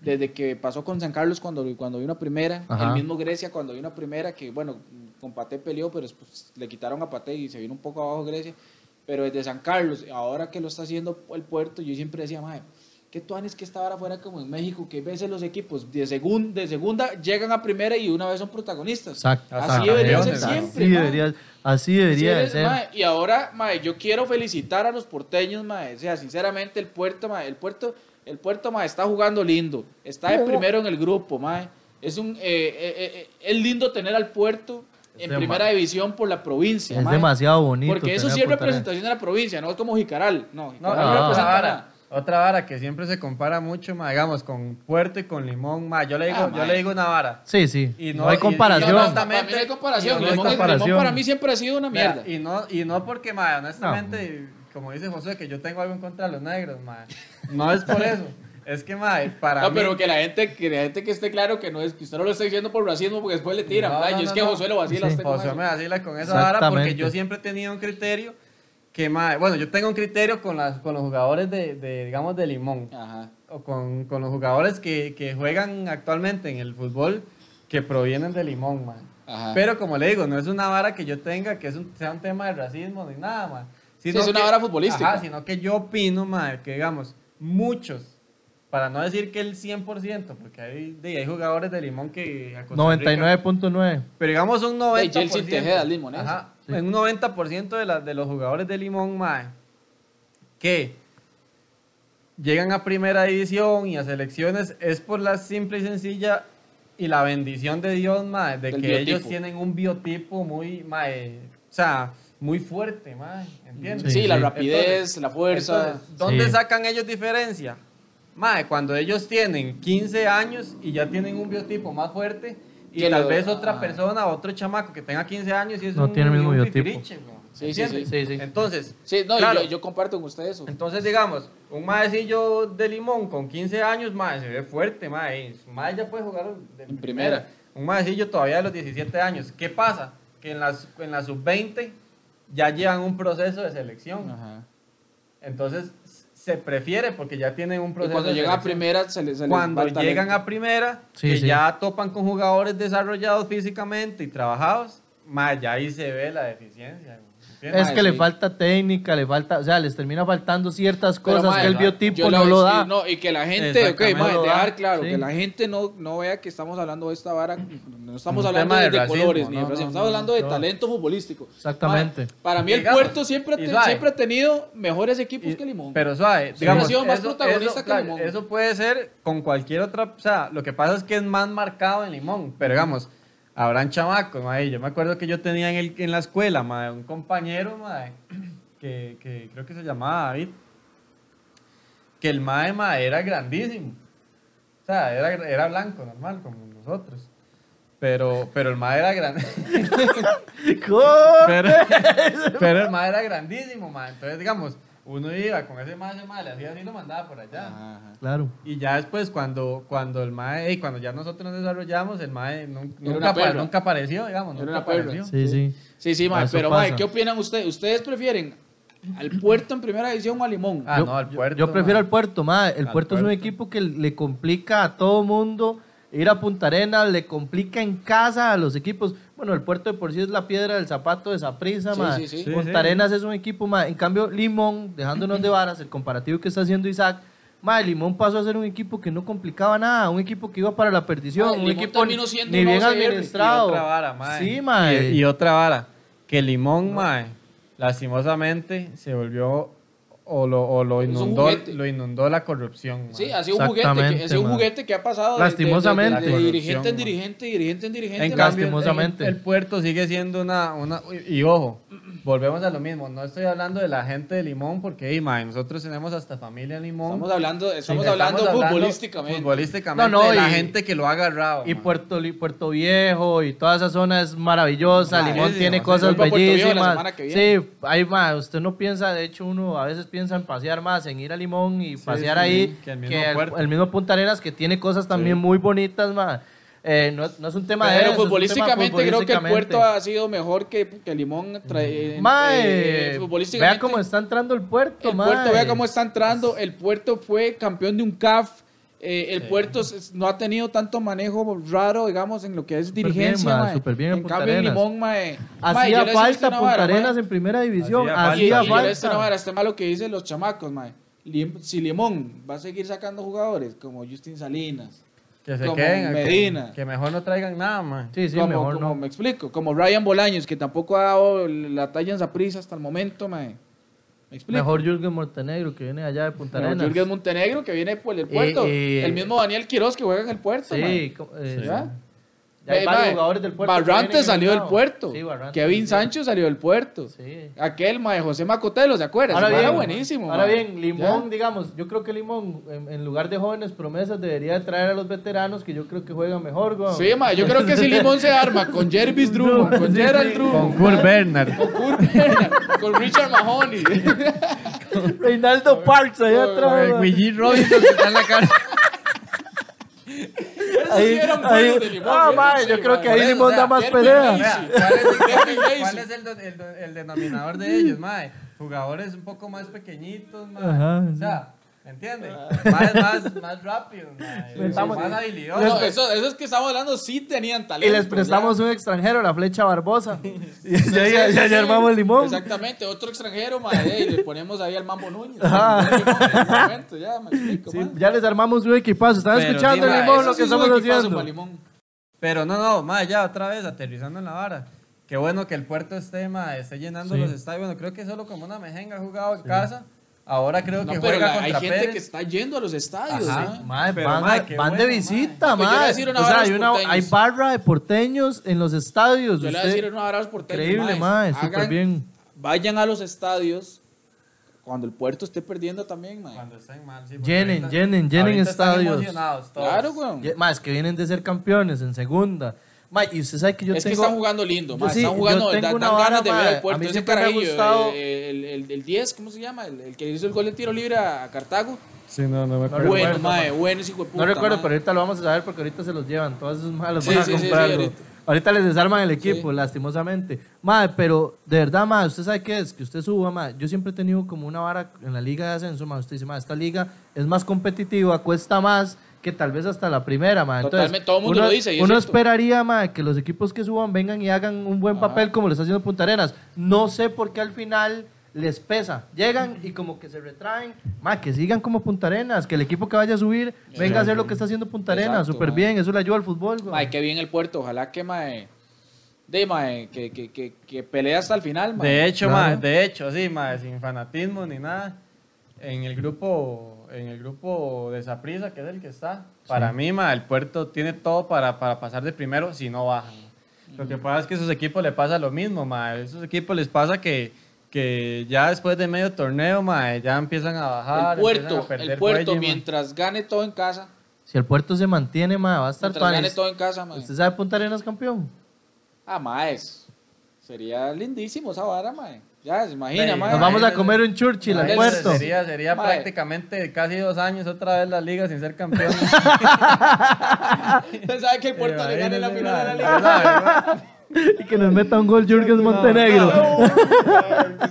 Speaker 1: desde que pasó con San Carlos cuando, cuando vi una primera,
Speaker 2: Ajá.
Speaker 1: el mismo Grecia cuando vi una primera, que bueno, con Paté peleó, pero después le quitaron a Paté y se vino un poco abajo Grecia, pero desde San Carlos, ahora que lo está haciendo el puerto, yo siempre decía, mae, que tuanes que esta vara fuera como en México, que a veces los equipos de, segun- de segunda llegan a primera y una vez son protagonistas.
Speaker 2: Exacto.
Speaker 1: Así debería ser
Speaker 3: Exactamente.
Speaker 1: siempre.
Speaker 2: Así
Speaker 1: mae.
Speaker 2: debería, así debería de
Speaker 1: Sí,
Speaker 2: ser.
Speaker 1: mae, y ahora, mae, yo quiero felicitar a los porteños, mae. O sea, sinceramente, el puerto, mae, el puerto, el puerto, mae, está jugando lindo. Está de primero en el grupo, mae. Es un, eh, eh, eh, es lindo tener al puerto en
Speaker 2: Es
Speaker 1: primera división por la provincia,
Speaker 2: es
Speaker 1: mae.
Speaker 2: demasiado bonito.
Speaker 1: Porque eso
Speaker 2: tener
Speaker 1: sí es
Speaker 2: Punta Arenas.
Speaker 1: representación de la provincia, no es como Jicaral. No,
Speaker 3: No,
Speaker 1: Jicaral no
Speaker 3: no,
Speaker 2: Ah.
Speaker 3: no,
Speaker 1: representa
Speaker 3: ahora,
Speaker 1: nada.
Speaker 3: Otra vara que siempre se compara mucho, ma, digamos, con puerto y con limón, ma. Yo le digo,
Speaker 1: Ah,
Speaker 3: yo
Speaker 1: ma.
Speaker 3: le digo una vara.
Speaker 2: Sí, sí.
Speaker 3: Y
Speaker 2: no, hay comparación.
Speaker 3: y
Speaker 1: No, no,
Speaker 3: honestamente-
Speaker 1: para mí no hay comparación.
Speaker 3: y
Speaker 1: Limón- limón
Speaker 2: comparación.
Speaker 1: para mí siempre ha sido una
Speaker 3: Vea,
Speaker 1: mierda.
Speaker 3: Y no, y no porque, ma, honestamente, como dice José, que yo tengo algo en contra de los negros, ma. No es por eso. Es que, ma, para
Speaker 1: No,
Speaker 3: mí...
Speaker 1: pero que la gente que la gente que esté claro que no es que usted no lo está diciendo por racismo porque después le tiran.
Speaker 3: No,
Speaker 1: ¿verdad?
Speaker 3: no,
Speaker 1: y es
Speaker 3: no,
Speaker 1: que
Speaker 3: no.
Speaker 1: Josué lo vacila.
Speaker 2: Sí.
Speaker 1: hasta con
Speaker 3: Pues yo
Speaker 1: eso.
Speaker 3: me vacila con esa vara porque
Speaker 2: Exactamente.
Speaker 3: yo siempre he tenido un criterio que, ma, bueno, yo tengo un criterio con, las, con los jugadores de, de, digamos, de limón.
Speaker 1: Ajá.
Speaker 3: o con, con los jugadores que, que juegan actualmente en el fútbol que provienen de Limón, man.
Speaker 1: Ajá.
Speaker 3: Pero como le digo, no es una vara que yo tenga que es un, sea un tema de racismo ni nada, man.
Speaker 1: Sí, es una vara futbolística.
Speaker 3: Ajá, sino que yo opino, man, que digamos, muchos, para no decir que el 100%, porque hay, de- hay jugadores de Limón que... a Costa Rica-
Speaker 2: 99.9.
Speaker 3: pero digamos un 90%.
Speaker 1: De Chelsea Tejeda, Limón, ¿eh?
Speaker 3: Ajá,
Speaker 2: Sí.
Speaker 3: En un 90% de, la- de los jugadores de Limón, mae, que llegan a primera división y a selecciones, es por la simple y sencilla y la bendición de Dios, mae, de
Speaker 1: Del
Speaker 3: que ellos
Speaker 1: biotipo.
Speaker 3: tienen un biotipo muy, mae, o sea, muy fuerte, mae,
Speaker 1: Sí,
Speaker 3: ¿entiendes?
Speaker 2: Sí,
Speaker 1: la
Speaker 2: sí.
Speaker 1: rapidez, la fuerza.
Speaker 3: Entonces, ¿dónde
Speaker 2: Sí.
Speaker 3: sacan ellos diferencia? Mae, cuando ellos tienen 15 años y ya tienen un biotipo más fuerte y
Speaker 1: Que
Speaker 3: tal
Speaker 1: lo-
Speaker 3: vez otra
Speaker 1: ah.
Speaker 3: persona, otro chamaco que tenga 15 años y es
Speaker 2: No
Speaker 3: un,
Speaker 2: tiene el mismo
Speaker 3: un
Speaker 2: biotipo.
Speaker 3: pipiriche, weón,
Speaker 1: Sí, sí,
Speaker 3: ¿entiendes?
Speaker 2: sí. Sí, sí.
Speaker 3: Entonces,
Speaker 1: sí, no, y
Speaker 3: claro.
Speaker 1: yo, yo comparto con usted eso.
Speaker 3: entonces digamos, un maecillo de limón con 15 años, mae, se ve fuerte, mae, y su mae ya puede jugar de
Speaker 1: En primera.
Speaker 3: Un maecillo todavía de los 17 años. ¿Qué pasa? Que en las en la sub-20 ya llevan un proceso de selección.
Speaker 1: Ajá.
Speaker 3: Entonces se prefiere porque ya tienen un
Speaker 1: Y
Speaker 3: proceso.
Speaker 1: cuando
Speaker 3: de
Speaker 1: llegan a
Speaker 3: selección.
Speaker 1: primera, se les, se les va
Speaker 3: cuando
Speaker 1: el
Speaker 3: llegan
Speaker 1: talento.
Speaker 3: a primera,
Speaker 2: Sí,
Speaker 3: que
Speaker 2: sí.
Speaker 3: ya topan con jugadores desarrollados físicamente y trabajados, más ya ahí se ve la deficiencia. ¿entiendes?
Speaker 2: Es que le
Speaker 1: sí.
Speaker 2: falta técnica, le falta, o sea, les termina faltando ciertas
Speaker 1: Pero,
Speaker 2: cosas
Speaker 1: mae,
Speaker 2: que el
Speaker 1: yo
Speaker 2: biotipo
Speaker 1: le
Speaker 2: no
Speaker 1: voy a
Speaker 2: lo
Speaker 1: decir,
Speaker 2: da.
Speaker 1: No, y que la gente, ok,
Speaker 3: Exactamente.
Speaker 1: mae,
Speaker 2: No lo da,
Speaker 1: dejar claro,
Speaker 2: sí.
Speaker 1: que la gente no, no vea que estamos hablando de esta vara, no estamos
Speaker 3: Un
Speaker 1: hablando
Speaker 3: tema
Speaker 1: de,
Speaker 3: de
Speaker 1: de
Speaker 3: racismo,
Speaker 1: colores, ni
Speaker 3: no,
Speaker 1: de
Speaker 3: no,
Speaker 1: racismo,
Speaker 3: no,
Speaker 1: estamos
Speaker 3: no,
Speaker 1: hablando de
Speaker 3: no.
Speaker 1: talento futbolístico.
Speaker 2: Exactamente.
Speaker 1: Mae, para mí el
Speaker 3: Digamos,
Speaker 1: puerto siempre ha,
Speaker 3: y
Speaker 1: te-
Speaker 3: suave.
Speaker 1: siempre ha tenido mejores equipos
Speaker 3: Y-
Speaker 1: que Limón.
Speaker 3: Pero suave,
Speaker 1: ha
Speaker 3: digamos,
Speaker 1: sido más
Speaker 3: eso-
Speaker 1: protagonista
Speaker 3: eso,
Speaker 1: que Limón.
Speaker 3: eso puede ser con cualquier otra, o sea, lo que pasa es que es más marcado en Limón, pero digamos, habrán chamacos, mae, yo me acuerdo que yo tenía en, el, en la escuela, mae, un compañero, mae, que, que creo que se llamaba David, que el mae, mae, era grandísimo, o sea, era, era blanco, normal, como nosotros, pero, pero el mae era grande.
Speaker 2: Co-
Speaker 3: Pero, pero el mae era grandísimo, mae. Entonces, digamos, uno iba con ese mae, ese mae le hacía así y lo mandaba por allá.
Speaker 1: Ajá, ajá.
Speaker 2: Claro.
Speaker 3: Y ya después, cuando, cuando el mae, ey, cuando ya nosotros nos desarrollamos, el mae nun-
Speaker 1: Era
Speaker 3: nunca,
Speaker 1: una perra.
Speaker 3: apa- nunca apareció, digamos,
Speaker 1: Era
Speaker 3: nunca
Speaker 1: una perra.
Speaker 3: apareció.
Speaker 2: Sí, sí.
Speaker 1: Sí, sí, mae,
Speaker 2: Eso
Speaker 1: pero mae,
Speaker 2: pasa.
Speaker 1: ¿qué opinan ustedes? ¿Ustedes prefieren al puerto en primera división o a Limón?
Speaker 3: Ah,
Speaker 2: yo,
Speaker 3: no, al
Speaker 2: yo-
Speaker 3: puerto.
Speaker 2: Yo prefiero
Speaker 3: mae.
Speaker 2: al puerto, más. El
Speaker 3: Al
Speaker 2: puerto, es un
Speaker 3: puerto.
Speaker 2: equipo que le complica a todo mundo ir a Punta Arenas, le complica en casa a los equipos. Bueno, el puerto de por sí es la piedra del zapato de esa prisa,
Speaker 1: Sí, sí, sí. Sí,
Speaker 2: Punta
Speaker 3: sí.
Speaker 2: Arenas es un equipo, más. En cambio, Limón, dejándonos de varas, el comparativo que está haciendo Isaac. ma, Limón pasó a ser un equipo que no complicaba nada, un equipo que iba para la perdición,
Speaker 1: Ma,
Speaker 2: un
Speaker 1: Limón
Speaker 2: equipo
Speaker 1: terminó siendo
Speaker 2: ni
Speaker 1: un
Speaker 2: bien
Speaker 1: 11R.
Speaker 2: administrado.
Speaker 3: Y otra vara, mae.
Speaker 2: Sí, mae.
Speaker 3: Y, y otra vara. Que Limón, mae, lastimosamente se volvió o lo, o lo
Speaker 1: Es un
Speaker 3: inundó,
Speaker 1: juguete.
Speaker 3: lo inundó la corrupción. mae.
Speaker 1: Sí, ha sido un juguete, que, ha sido un
Speaker 2: Exactamente, ma.
Speaker 1: juguete que ha pasado de- de- de-
Speaker 2: Lastimosamente.
Speaker 1: de, de dirigente en
Speaker 3: La corrupción, ma.
Speaker 1: dirigente, dirigente en dirigente.
Speaker 3: En
Speaker 1: ma.
Speaker 3: cambio,
Speaker 2: Lastimosamente.
Speaker 3: el, el puerto sigue siendo una, una... Y y ojo, volvemos a lo mismo. No estoy hablando de la gente de Limón, porque ey, mae, nosotros tenemos hasta familia en Limón.
Speaker 1: estamos hablando, estamos
Speaker 3: Estamos
Speaker 1: hablando futbolísticamente.
Speaker 3: futbolísticamente
Speaker 2: No, no,
Speaker 3: de la
Speaker 2: y-
Speaker 3: gente que lo ha agarrado.
Speaker 2: Y pues,
Speaker 3: mae.
Speaker 2: Puerto, Li- Puerto Viejo y toda esa zona es maravillosa.
Speaker 3: Ma,
Speaker 2: Limón
Speaker 3: sí,
Speaker 2: tiene
Speaker 3: sí,
Speaker 2: cosas
Speaker 1: sí. Voy pa' Puerto Viejo la
Speaker 2: bellísimas.
Speaker 1: semana que viene.
Speaker 2: Sí, ahí ma, usted no piensa, de hecho uno a veces piensa en pasear más, en ir a Limón y
Speaker 3: Sí,
Speaker 2: pasear
Speaker 3: sí,
Speaker 2: ahí,
Speaker 3: que el
Speaker 2: que,
Speaker 3: mismo
Speaker 2: el,
Speaker 3: puerto.
Speaker 2: el mismo Punta Arenas que tiene cosas también muy bonitas, ma. Eh, no, no es un tema de
Speaker 1: Pero
Speaker 2: eso, es un tema
Speaker 1: futbolísticamente creo que el
Speaker 2: futbolísticamente.
Speaker 1: puerto ha sido mejor que, que Limón. tra- eh,
Speaker 2: Ma,
Speaker 1: eh,
Speaker 2: eh,
Speaker 1: futbolísticamente.
Speaker 2: vea cómo está entrando el puerto,
Speaker 1: el
Speaker 2: ma.
Speaker 1: puerto, vea cómo está entrando. El puerto fue campeón de un CAF. eh, el puerto se- no ha tenido tanto manejo raro, digamos, en lo que es
Speaker 2: Súper
Speaker 1: dirigencia.
Speaker 2: bien, ma,
Speaker 1: mae.
Speaker 2: súper bien en
Speaker 1: en
Speaker 2: Punta
Speaker 1: cambio, en
Speaker 2: Arenas.
Speaker 1: Limón, mae. Mae, yo le
Speaker 2: Hacía
Speaker 1: decía a usted
Speaker 2: falta
Speaker 1: una
Speaker 2: Punta
Speaker 1: vara, mae.
Speaker 2: Arenas en primera división,
Speaker 3: Hacía
Speaker 1: Y, y
Speaker 2: hacía
Speaker 1: yo le decía una
Speaker 2: falta.
Speaker 1: vara, este malo que dicen los chamacos, mae. Lim- Si Limón va a seguir sacando jugadores como Justin Salinas,
Speaker 3: que se
Speaker 1: como
Speaker 3: queden. que-
Speaker 1: Medina.
Speaker 3: Que, mejor no traigan nada, mae.
Speaker 2: Sí, sí,
Speaker 1: como,
Speaker 2: mejor
Speaker 1: como
Speaker 2: no.
Speaker 1: me explico, como Ryan Bolaños, que tampoco ha dado la talla en Zaprisa hasta el momento, mae. Me explico.
Speaker 2: Mejor Jürgen Montenegro que viene allá de Punta
Speaker 1: Mejor
Speaker 2: Arenas.
Speaker 1: Jürgen Montenegro, que viene por el puerto.
Speaker 2: Eh, eh,
Speaker 1: el mismo Daniel Quiroz, que juega en el puerto, mae.
Speaker 2: Sí, co- eh,
Speaker 1: ¿Ya?
Speaker 2: Ya hay
Speaker 1: Ve,
Speaker 2: varios
Speaker 1: mae,
Speaker 2: jugadores del puerto. que
Speaker 1: Barrantes
Speaker 2: vienen
Speaker 1: salió del
Speaker 2: eliminados.
Speaker 1: puerto.
Speaker 2: Sí, Barrantes,
Speaker 1: Kevin
Speaker 2: sí.
Speaker 1: Sancho salió del puerto.
Speaker 2: Sí.
Speaker 1: Aquel, mae, José Macotelo, ¿se acuerdas?
Speaker 2: Ahora
Speaker 1: Ese mae
Speaker 2: bien,
Speaker 1: era buenísimo.
Speaker 2: Ahora
Speaker 1: mae.
Speaker 2: bien, Limón,
Speaker 1: Ya.
Speaker 2: digamos, yo creo que Limón, en, en lugar de jóvenes promesas, debería de traer a los veteranos que yo creo que juegan mejor, güey.
Speaker 1: Sí, mae, yo creo que si Limón se arma con Jervis Drummond, con
Speaker 2: sí,
Speaker 1: Gerald
Speaker 2: sí.
Speaker 3: Con
Speaker 1: Drummond,
Speaker 3: Kurt Bernard.
Speaker 1: con Kurt Bernard, con Richard Mahoney.
Speaker 2: Reinaldo Parks allá
Speaker 1: Oye, atrás,
Speaker 3: El
Speaker 2: atrás.
Speaker 3: Willie Robinson que está en la cara.
Speaker 1: Esos sí eran buenos de Limón,
Speaker 2: ah,
Speaker 1: ¿eh?
Speaker 2: mae,
Speaker 1: Sí,
Speaker 2: yo creo
Speaker 1: mae.
Speaker 2: que ahí
Speaker 3: Por eso,
Speaker 2: Limón
Speaker 3: o sea,
Speaker 2: da más
Speaker 1: Derby
Speaker 2: pelea.
Speaker 1: Mason.
Speaker 3: Vea, ¿Cuál es,
Speaker 1: Kevin
Speaker 3: el,
Speaker 1: Mason.
Speaker 3: cuál es el do- el do- el denominador de ellos, mae? Jugadores un poco más pequeñitos, mae.
Speaker 2: Ajá,
Speaker 3: O sea, ¿me entiendes? Más, más, más rápidos, mae.
Speaker 2: Estamos-
Speaker 3: más
Speaker 1: No, pues-
Speaker 3: habilidosos.
Speaker 1: eso- esos que estamos hablando sí tenían talento.
Speaker 2: Y les prestamos
Speaker 1: ya.
Speaker 2: un extranjero, la flecha Barbosa. y
Speaker 1: Sí,
Speaker 2: ya, ya,
Speaker 1: sí,
Speaker 2: ya,
Speaker 1: sí.
Speaker 2: ya armamos Limón.
Speaker 1: Exactamente, otro extranjero, mae, y le ponemos ahí al Mambo Núñez.
Speaker 2: Ajá.
Speaker 1: En algún momento, ya, me explico,
Speaker 2: Sí,
Speaker 1: mae.
Speaker 2: ya les armamos un equipazo. ¿Están
Speaker 3: Pero
Speaker 2: escuchando,
Speaker 3: dime,
Speaker 2: Limón,
Speaker 3: eso
Speaker 2: lo
Speaker 1: sí
Speaker 2: que
Speaker 1: es un
Speaker 2: estamos
Speaker 1: equipazo
Speaker 2: haciendo?
Speaker 1: pa' Limón.
Speaker 3: Pero no, no, mae, ya otra vez aterrizando en la vara. Qué bueno que el puerto esté, mae, esté llenando
Speaker 2: Sí.
Speaker 3: los estadios. Bueno, creo que solo como una mejenga ha jugado en casa. Ahora creo
Speaker 1: No,
Speaker 3: que
Speaker 1: pero
Speaker 3: juega
Speaker 1: la- hay
Speaker 3: contra
Speaker 1: gente que
Speaker 3: Pérez.
Speaker 1: está yendo a los estadios.
Speaker 3: Ajá.
Speaker 1: ¿eh?
Speaker 2: Mae,
Speaker 3: Pero,
Speaker 2: van,
Speaker 3: mae, qué
Speaker 2: van de
Speaker 3: bueno,
Speaker 2: visita,
Speaker 1: mae. Pues yo le voy a
Speaker 2: mae.
Speaker 1: decir una
Speaker 2: O
Speaker 1: vara
Speaker 2: sea,
Speaker 1: a los
Speaker 2: hay, una,
Speaker 1: porteños.
Speaker 2: hay barra de porteños en los estadios.
Speaker 1: Yo le voy a
Speaker 2: Pues usted-
Speaker 1: decir un abrazo por Telmo,
Speaker 2: Increíble, mae,
Speaker 1: maes.
Speaker 2: súper
Speaker 1: Hagan-
Speaker 2: bien.
Speaker 1: Vayan a los estadios cuando el puerto esté perdiendo también, mae.
Speaker 3: Cuando estén mal, sí, porque
Speaker 2: Llenen,
Speaker 3: ahorita-
Speaker 2: llenen, llenen
Speaker 3: ahorita están
Speaker 2: estadios.
Speaker 3: emocionados todos.
Speaker 1: Claro, weón.
Speaker 2: Ye- Mae, es que vienen de ser campeones en segunda. Mae, y usted sabe que yo
Speaker 1: es
Speaker 2: tengo...
Speaker 1: que están jugando lindo,
Speaker 2: Yo
Speaker 1: mae.
Speaker 2: sí,
Speaker 1: están jugando,
Speaker 2: yo
Speaker 1: da-
Speaker 2: tengo
Speaker 1: dan
Speaker 2: una
Speaker 1: ganas
Speaker 2: vara,
Speaker 1: de ver
Speaker 2: mae.
Speaker 1: al
Speaker 2: A
Speaker 1: puerto.
Speaker 2: mí
Speaker 1: Ese
Speaker 2: siempre me ha
Speaker 1: carajillo,
Speaker 2: gustado-
Speaker 1: eh, el, el- el 10, ¿cómo se llama? El, el que hizo el gol de tiro libre a Cartago.
Speaker 3: Sí, no, no me
Speaker 2: No
Speaker 1: bueno,
Speaker 2: recuerdo,
Speaker 1: mae, bueno ese hijo de puta,
Speaker 2: no recuerdo,
Speaker 1: mae.
Speaker 2: pero ahorita lo vamos a saber porque ahorita se los llevan. Todos esos malos
Speaker 1: Sí,
Speaker 2: van a
Speaker 1: sí, sí, sí,
Speaker 2: comprarlo.
Speaker 1: ahorita.
Speaker 2: ahorita. les desarman el equipo, lastimosamente. Madre, pero de verdad, madre, usted sabe qué es, que usted suba, madre. Yo siempre he tenido como una vara en la liga de ascenso, madre. Usted dice, madre, esta liga es más competitiva, cuesta más que tal vez hasta la primera, madre. Entonces,
Speaker 1: Totalmente, todo el mundo
Speaker 2: uno,
Speaker 1: lo dice, y es
Speaker 2: uno
Speaker 1: cierto.
Speaker 2: esperaría, madre, que los equipos que suban vengan y hagan un
Speaker 3: Ah.
Speaker 2: buen
Speaker 1: Ajá.
Speaker 2: papel como lo está haciendo Punta Arenas. No sé por qué al final les pesa. Llegan y como que se retraen. Madre, que sigan como Punta Arenas, que el equipo que vaya a subir venga a hacer lo que está haciendo Punta Arenas,
Speaker 1: Exacto,
Speaker 2: súper
Speaker 1: mae.
Speaker 2: bien, eso le ayuda al fútbol. güey.
Speaker 1: Mae, qué bien el puerto. Ojalá que, mae, de, mae, que, que, que, que pelee hasta el final, mae.
Speaker 3: De hecho,
Speaker 2: Claro.
Speaker 3: mae, de hecho, sí, mae, sin fanatismo ni nada. En el grupo, en el grupo de Saprisa, que es el que está, para mí, mae, el puerto tiene todo para, para pasar de primero si no bajan. Lo que pasa es que a esos equipos le pasa lo mismo, mae. A esos equipos les pasa que, que ya después de medio torneo, mae, ya empiezan a bajar.
Speaker 1: el puerto,
Speaker 3: ah, empiezan a perder
Speaker 1: el puerto,
Speaker 3: fuelle, mae.
Speaker 1: mientras gane todo en casa,
Speaker 2: Si el puerto se mantiene, ma, va a estar
Speaker 1: mientras gane
Speaker 2: panes.
Speaker 1: todo en casa, mae.
Speaker 2: ¿Usted sabe Punta Arenas campeón?
Speaker 1: Ah, maes. Sería lindísimo esa vara, mae. Ya, se imagina,
Speaker 3: Sí,
Speaker 1: mae.
Speaker 2: Nos vamos a
Speaker 3: imagínese-
Speaker 2: comer un Churchill al
Speaker 3: Mae,
Speaker 2: puerto.
Speaker 3: Sería, sería
Speaker 1: Mae.
Speaker 3: prácticamente casi dos años otra vez la liga sin ser campeón. Eh,
Speaker 1: Usted sabe que el puerto le gane la final a la liga.
Speaker 3: liga.
Speaker 2: Y que nos meta un gol Jürgens Montenegro.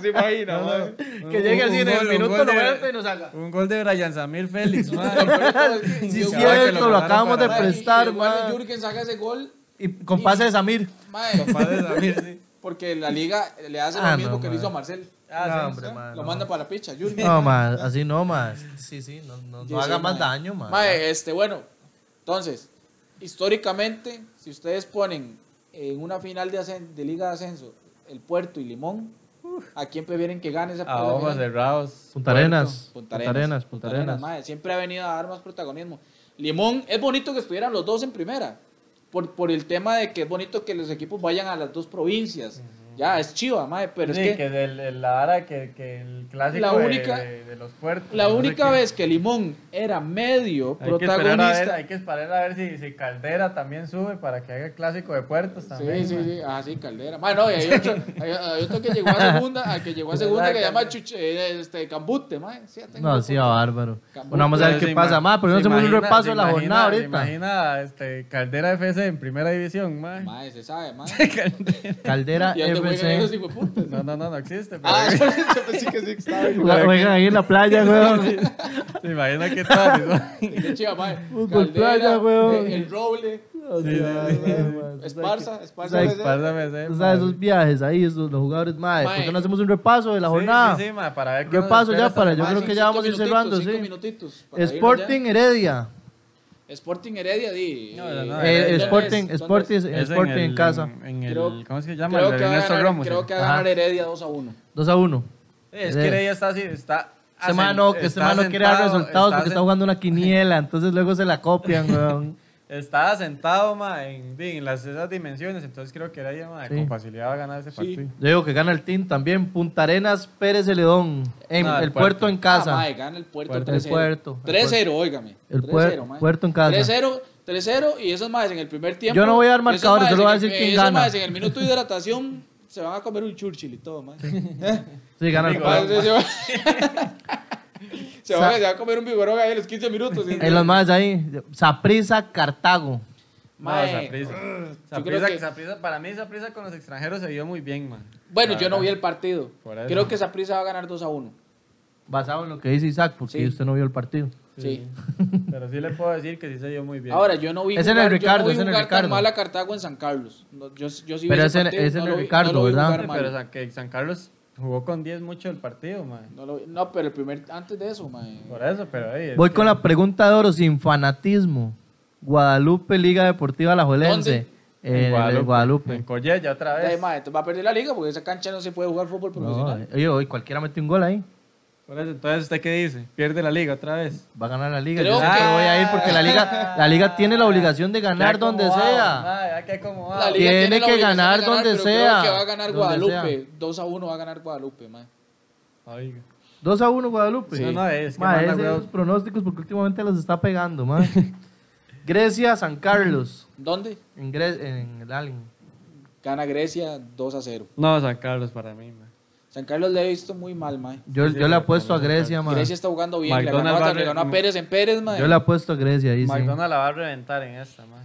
Speaker 1: se imagina, mae.
Speaker 2: Que llegue así en el minuto 90 y nos haga.
Speaker 3: Un gol de Brian Samir Félix,
Speaker 1: Lo
Speaker 3: madre.
Speaker 1: peor de todo es que-
Speaker 2: Sí,
Speaker 1: yo-
Speaker 3: sí,
Speaker 1: Mae,
Speaker 3: es
Speaker 2: cierto, lo acabamos de
Speaker 1: mae,
Speaker 2: prestar,
Speaker 1: Igual
Speaker 2: ma.
Speaker 1: Jürgen haga ese gol,
Speaker 2: Y con pase de Samir.
Speaker 1: mae.
Speaker 3: Padre Samir, sí.
Speaker 1: Porque la liga le hace
Speaker 2: Ah,
Speaker 1: lo mismo
Speaker 2: no,
Speaker 1: que
Speaker 2: mae.
Speaker 1: le hizo a Marcel.
Speaker 2: No,
Speaker 3: Ah, sí,
Speaker 2: hombre,
Speaker 3: sí.
Speaker 2: ma,
Speaker 1: lo
Speaker 2: no.
Speaker 1: manda para la picha, Jürgen.
Speaker 2: No, más, así no, más. Sí, sí, no, no, no
Speaker 1: Sí,
Speaker 2: haga
Speaker 1: sí,
Speaker 2: más
Speaker 1: mae.
Speaker 2: daño, más.
Speaker 1: Mae, este, bueno, entonces, históricamente, si ustedes ponen en una final de, ascen- de Liga de Ascenso el Puerto y Limón, ¿a quién prefieren que gane esa
Speaker 3: A
Speaker 1: primera
Speaker 3: ojos
Speaker 1: final?
Speaker 3: cerrados.
Speaker 2: Punta Arenas.
Speaker 1: Punta Arenas, Punta Arenas, mae, siempre ha venido a dar más protagonismo. Limón, es bonito que estuvieran los dos en primera, por, por el tema de que es bonito que los equipos vayan a las dos provincias. Ya, es chiva, mae, pero
Speaker 3: Sí,
Speaker 1: es que,
Speaker 3: que del- el- la vara que, que el clásico
Speaker 1: La
Speaker 3: de-
Speaker 1: única-
Speaker 3: de, de los puertos.
Speaker 1: la
Speaker 3: no sé
Speaker 1: única
Speaker 3: qué.
Speaker 1: vez que Limón era medio
Speaker 3: hay que, esperar a ver,
Speaker 1: protagonista...
Speaker 3: hay que esperar a ver si, si Caldera también sube para que haga el clásico de puertos también.
Speaker 1: Sí, sí,
Speaker 3: ma.
Speaker 1: sí. Ah, sí, Caldera. Ma, no, y hay otro, hay, hay otro que llegó a segunda, al que llegó a segunda que se llama Chuch- eh, este, Cambute, mae. Sí, ya tengo
Speaker 2: No,
Speaker 1: la
Speaker 2: sí,
Speaker 1: foto.
Speaker 2: bárbaro.
Speaker 1: Camus.
Speaker 2: Bueno, vamos a ver
Speaker 3: Pero se
Speaker 2: qué pasa,
Speaker 3: ima-
Speaker 2: más. Pero no
Speaker 3: se
Speaker 2: hacemos un
Speaker 3: imagina-
Speaker 2: repaso
Speaker 3: se
Speaker 2: de la
Speaker 3: imagina-
Speaker 2: jornada
Speaker 3: se
Speaker 2: ahorita.
Speaker 3: imagina este, Caldera FC en primera división, ma.
Speaker 1: Mae, se sabe, mae.
Speaker 2: Caldera
Speaker 1: ¿Y dónde juegan esos
Speaker 2: FC.
Speaker 1: hijueputas?
Speaker 3: No, no, no, no existe. pero-
Speaker 1: Ah, yo pensé que sí que estaba. güey.
Speaker 2: La- Juegan ahí en la playa, güey.
Speaker 3: Se imagina que tal. ¿no?
Speaker 1: Qué chiva, mae.
Speaker 2: Fútbol playa, weón.
Speaker 1: eh, El Roble, eh, Esparza, Esparza.
Speaker 2: Ay,
Speaker 1: ese.
Speaker 3: Pásame ese,
Speaker 2: O sea,
Speaker 3: ma.
Speaker 2: esos viajes ahí, esos, los jugadores, madre. ¿Por
Speaker 1: Mae.
Speaker 2: qué no hacemos un repaso de la
Speaker 3: Sí,
Speaker 2: jornada?
Speaker 3: Sí, sí, ma, para ver qué nos
Speaker 2: Repaso
Speaker 3: espera
Speaker 2: ya
Speaker 3: esta
Speaker 2: para yo
Speaker 1: Mae,
Speaker 3: semana.
Speaker 2: creo
Speaker 1: sí,
Speaker 2: que ya
Speaker 1: cinco
Speaker 2: vamos a ir
Speaker 1: minutitos,
Speaker 2: cerrando,
Speaker 1: cinco
Speaker 2: sí.
Speaker 1: minutitos para irnos
Speaker 2: Sporting
Speaker 1: ya.
Speaker 2: Heredia.
Speaker 1: Sporting Heredia, di.
Speaker 3: No, no, no,
Speaker 1: Eh,
Speaker 2: Eh,
Speaker 3: Heredia.
Speaker 2: Sporting,
Speaker 1: ¿dónde es?
Speaker 2: Sporting,
Speaker 1: ¿Dónde es?
Speaker 3: Es
Speaker 2: Sporting en,
Speaker 3: el-
Speaker 2: casa.
Speaker 3: En el,
Speaker 1: Creo-
Speaker 3: ¿Cómo es que se llama?
Speaker 1: Creo
Speaker 3: el
Speaker 1: que
Speaker 3: de
Speaker 1: va a
Speaker 3: Ernesto
Speaker 1: ganar-
Speaker 3: Ramos.
Speaker 1: Creo
Speaker 3: eh.
Speaker 1: que va a
Speaker 2: Ajá.
Speaker 1: ganar Heredia 2 a 1
Speaker 2: 2 a 1. Eh,
Speaker 3: Es que ella está así, está.
Speaker 2: Este mano,
Speaker 3: asent-
Speaker 2: este mano quiere dar
Speaker 3: Ah, sentado,
Speaker 2: resultados porque
Speaker 3: sen-
Speaker 2: está jugando una quiniela, entonces luego se la copian, weón.
Speaker 3: estaba sentado ma, en, di, en las, esas dimensiones, entonces creo que era ella, ma,
Speaker 2: Sí.
Speaker 3: con facilidad va a ganar ese
Speaker 1: Sí.
Speaker 3: partido.
Speaker 2: Yo digo que gana el team también. Punta Arenas, Pérez Celedón. En,
Speaker 3: No, el
Speaker 2: el, puerto.
Speaker 3: puerto.
Speaker 2: en casa.
Speaker 1: Ah, mae, gana el puerto
Speaker 3: Puerto,
Speaker 1: 3-0.
Speaker 2: el puerto, el
Speaker 1: 3-0, óigame.
Speaker 2: El
Speaker 1: 3-0,
Speaker 2: puer-
Speaker 1: mae.
Speaker 2: puerto en casa.
Speaker 1: 3-0, 3-0 y esos madres en el primer tiempo.
Speaker 2: Yo no voy a dar
Speaker 1: esos
Speaker 2: marcadores,
Speaker 1: maes
Speaker 2: solo voy a
Speaker 1: en el- eh,
Speaker 2: decir quién
Speaker 1: esos
Speaker 2: gana.
Speaker 1: maes en el minuto de hidratación se van a comer un Churchill y todo, mae.
Speaker 2: Sí, gana el
Speaker 3: Amigo,
Speaker 2: puerto.
Speaker 1: Entonces, se va- se, va, se va a comer un vigorón ahí en los 15 minutos. y-
Speaker 2: Ah, En los más ahí. Saprisa, Cartago.
Speaker 1: Mae,
Speaker 3: Saprisa.
Speaker 1: creo que-
Speaker 3: para mí esa prisa con los extranjeros se vio muy bien, man.
Speaker 1: Bueno, yo no vi el partido.
Speaker 3: Por eso.
Speaker 1: Creo que Saprisa va a ganar 2 a 1.
Speaker 2: Basado en lo que dice Isaac, porque
Speaker 1: Sí.
Speaker 2: usted no vio el partido.
Speaker 1: Sí.
Speaker 3: Pero sí le puedo decir que sí se vio muy bien.
Speaker 1: Ahora, yo no vi
Speaker 2: Es en el
Speaker 1: yo no
Speaker 2: Ricardo,
Speaker 1: vi
Speaker 2: es en el
Speaker 1: jugar tan
Speaker 2: Ricardo.
Speaker 1: mal a Cartago en San Carlos. No, yo, yo sí vi
Speaker 2: Pero
Speaker 1: ese
Speaker 2: es en-
Speaker 1: partido,
Speaker 2: es en
Speaker 1: no
Speaker 2: el
Speaker 1: lo vi-
Speaker 2: Ricardo,
Speaker 1: no lo vi
Speaker 2: ¿verdad?
Speaker 1: jugar mal.
Speaker 3: pero San, que San Carlos jugó con 10 mucho el partido, man.
Speaker 1: No, lo vi- no, pero el primer, antes de eso, mae.
Speaker 3: Por eso, pero ahí. es
Speaker 2: Voy
Speaker 3: que-
Speaker 2: con la pregunta de oro, sin fanatismo. Guadalupe, Liga Deportiva La
Speaker 1: ¿Dónde?
Speaker 2: En, el- Guadalupe.
Speaker 3: En Collella otra
Speaker 1: Ay,
Speaker 3: vez.
Speaker 1: mae, entonces va a perder la liga porque esa cancha no eh. se puede jugar fútbol
Speaker 2: No, eh,
Speaker 1: profesional.
Speaker 2: oye, hoy cualquiera mete un gol ahí.
Speaker 3: Por eso, entonces, ¿usted qué dice? ¿Pierde la liga otra vez?
Speaker 2: Va a ganar la liga.
Speaker 1: Creo
Speaker 2: Yo sé que
Speaker 1: que-
Speaker 2: voy a ir porque la liga, la liga tiene la obligación de ganar donde sea.
Speaker 3: Ah, que
Speaker 1: La liga
Speaker 2: Tiene
Speaker 1: la
Speaker 2: que
Speaker 1: obligación de
Speaker 2: ganar donde
Speaker 1: pero creo
Speaker 2: sea.
Speaker 1: que va a ganar
Speaker 2: Donde
Speaker 1: Guadalupe. 2 a 1 va a ganar Guadalupe, mae.
Speaker 2: 2 a 1 Guadalupe.
Speaker 3: Sí. No, no, es que
Speaker 2: Ma,
Speaker 3: manda
Speaker 2: ese
Speaker 3: huevos.
Speaker 2: los pronósticos porque últimamente los está pegando, ma. Grecia, San Carlos.
Speaker 1: ¿Dónde?
Speaker 2: En, Gre- en el Allen.
Speaker 1: Gana Grecia 2 a 0.
Speaker 3: No, San Carlos para mí, man.
Speaker 1: San Carlos le he visto muy mal, mae.
Speaker 2: Yo,
Speaker 3: Sí, sí,
Speaker 2: yo le
Speaker 3: ma,
Speaker 2: apuesto a
Speaker 3: San
Speaker 2: Grecia, ma.
Speaker 1: Grecia está jugando bien. Le ganó,
Speaker 3: McDonald's
Speaker 1: hasta-
Speaker 3: va a
Speaker 1: le ganó a
Speaker 3: re-
Speaker 1: Pérez en Pérez, mae.
Speaker 2: Yo le apuesto a Grecia ahí, sí.
Speaker 3: McDonald's la va a reventar en esta, man.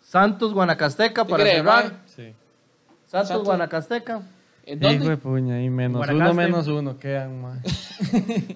Speaker 2: Santos, Guanacasteca
Speaker 1: ¿Te
Speaker 2: para
Speaker 1: crees,
Speaker 2: cerrar.
Speaker 1: mae?
Speaker 3: Sí.
Speaker 2: Santos,
Speaker 1: Santos.
Speaker 2: Guanacasteca.
Speaker 1: ¿En
Speaker 3: Hijo
Speaker 1: dónde?
Speaker 3: de puña, y menos
Speaker 2: Guanacaste.
Speaker 3: uno, menos uno quedan, man.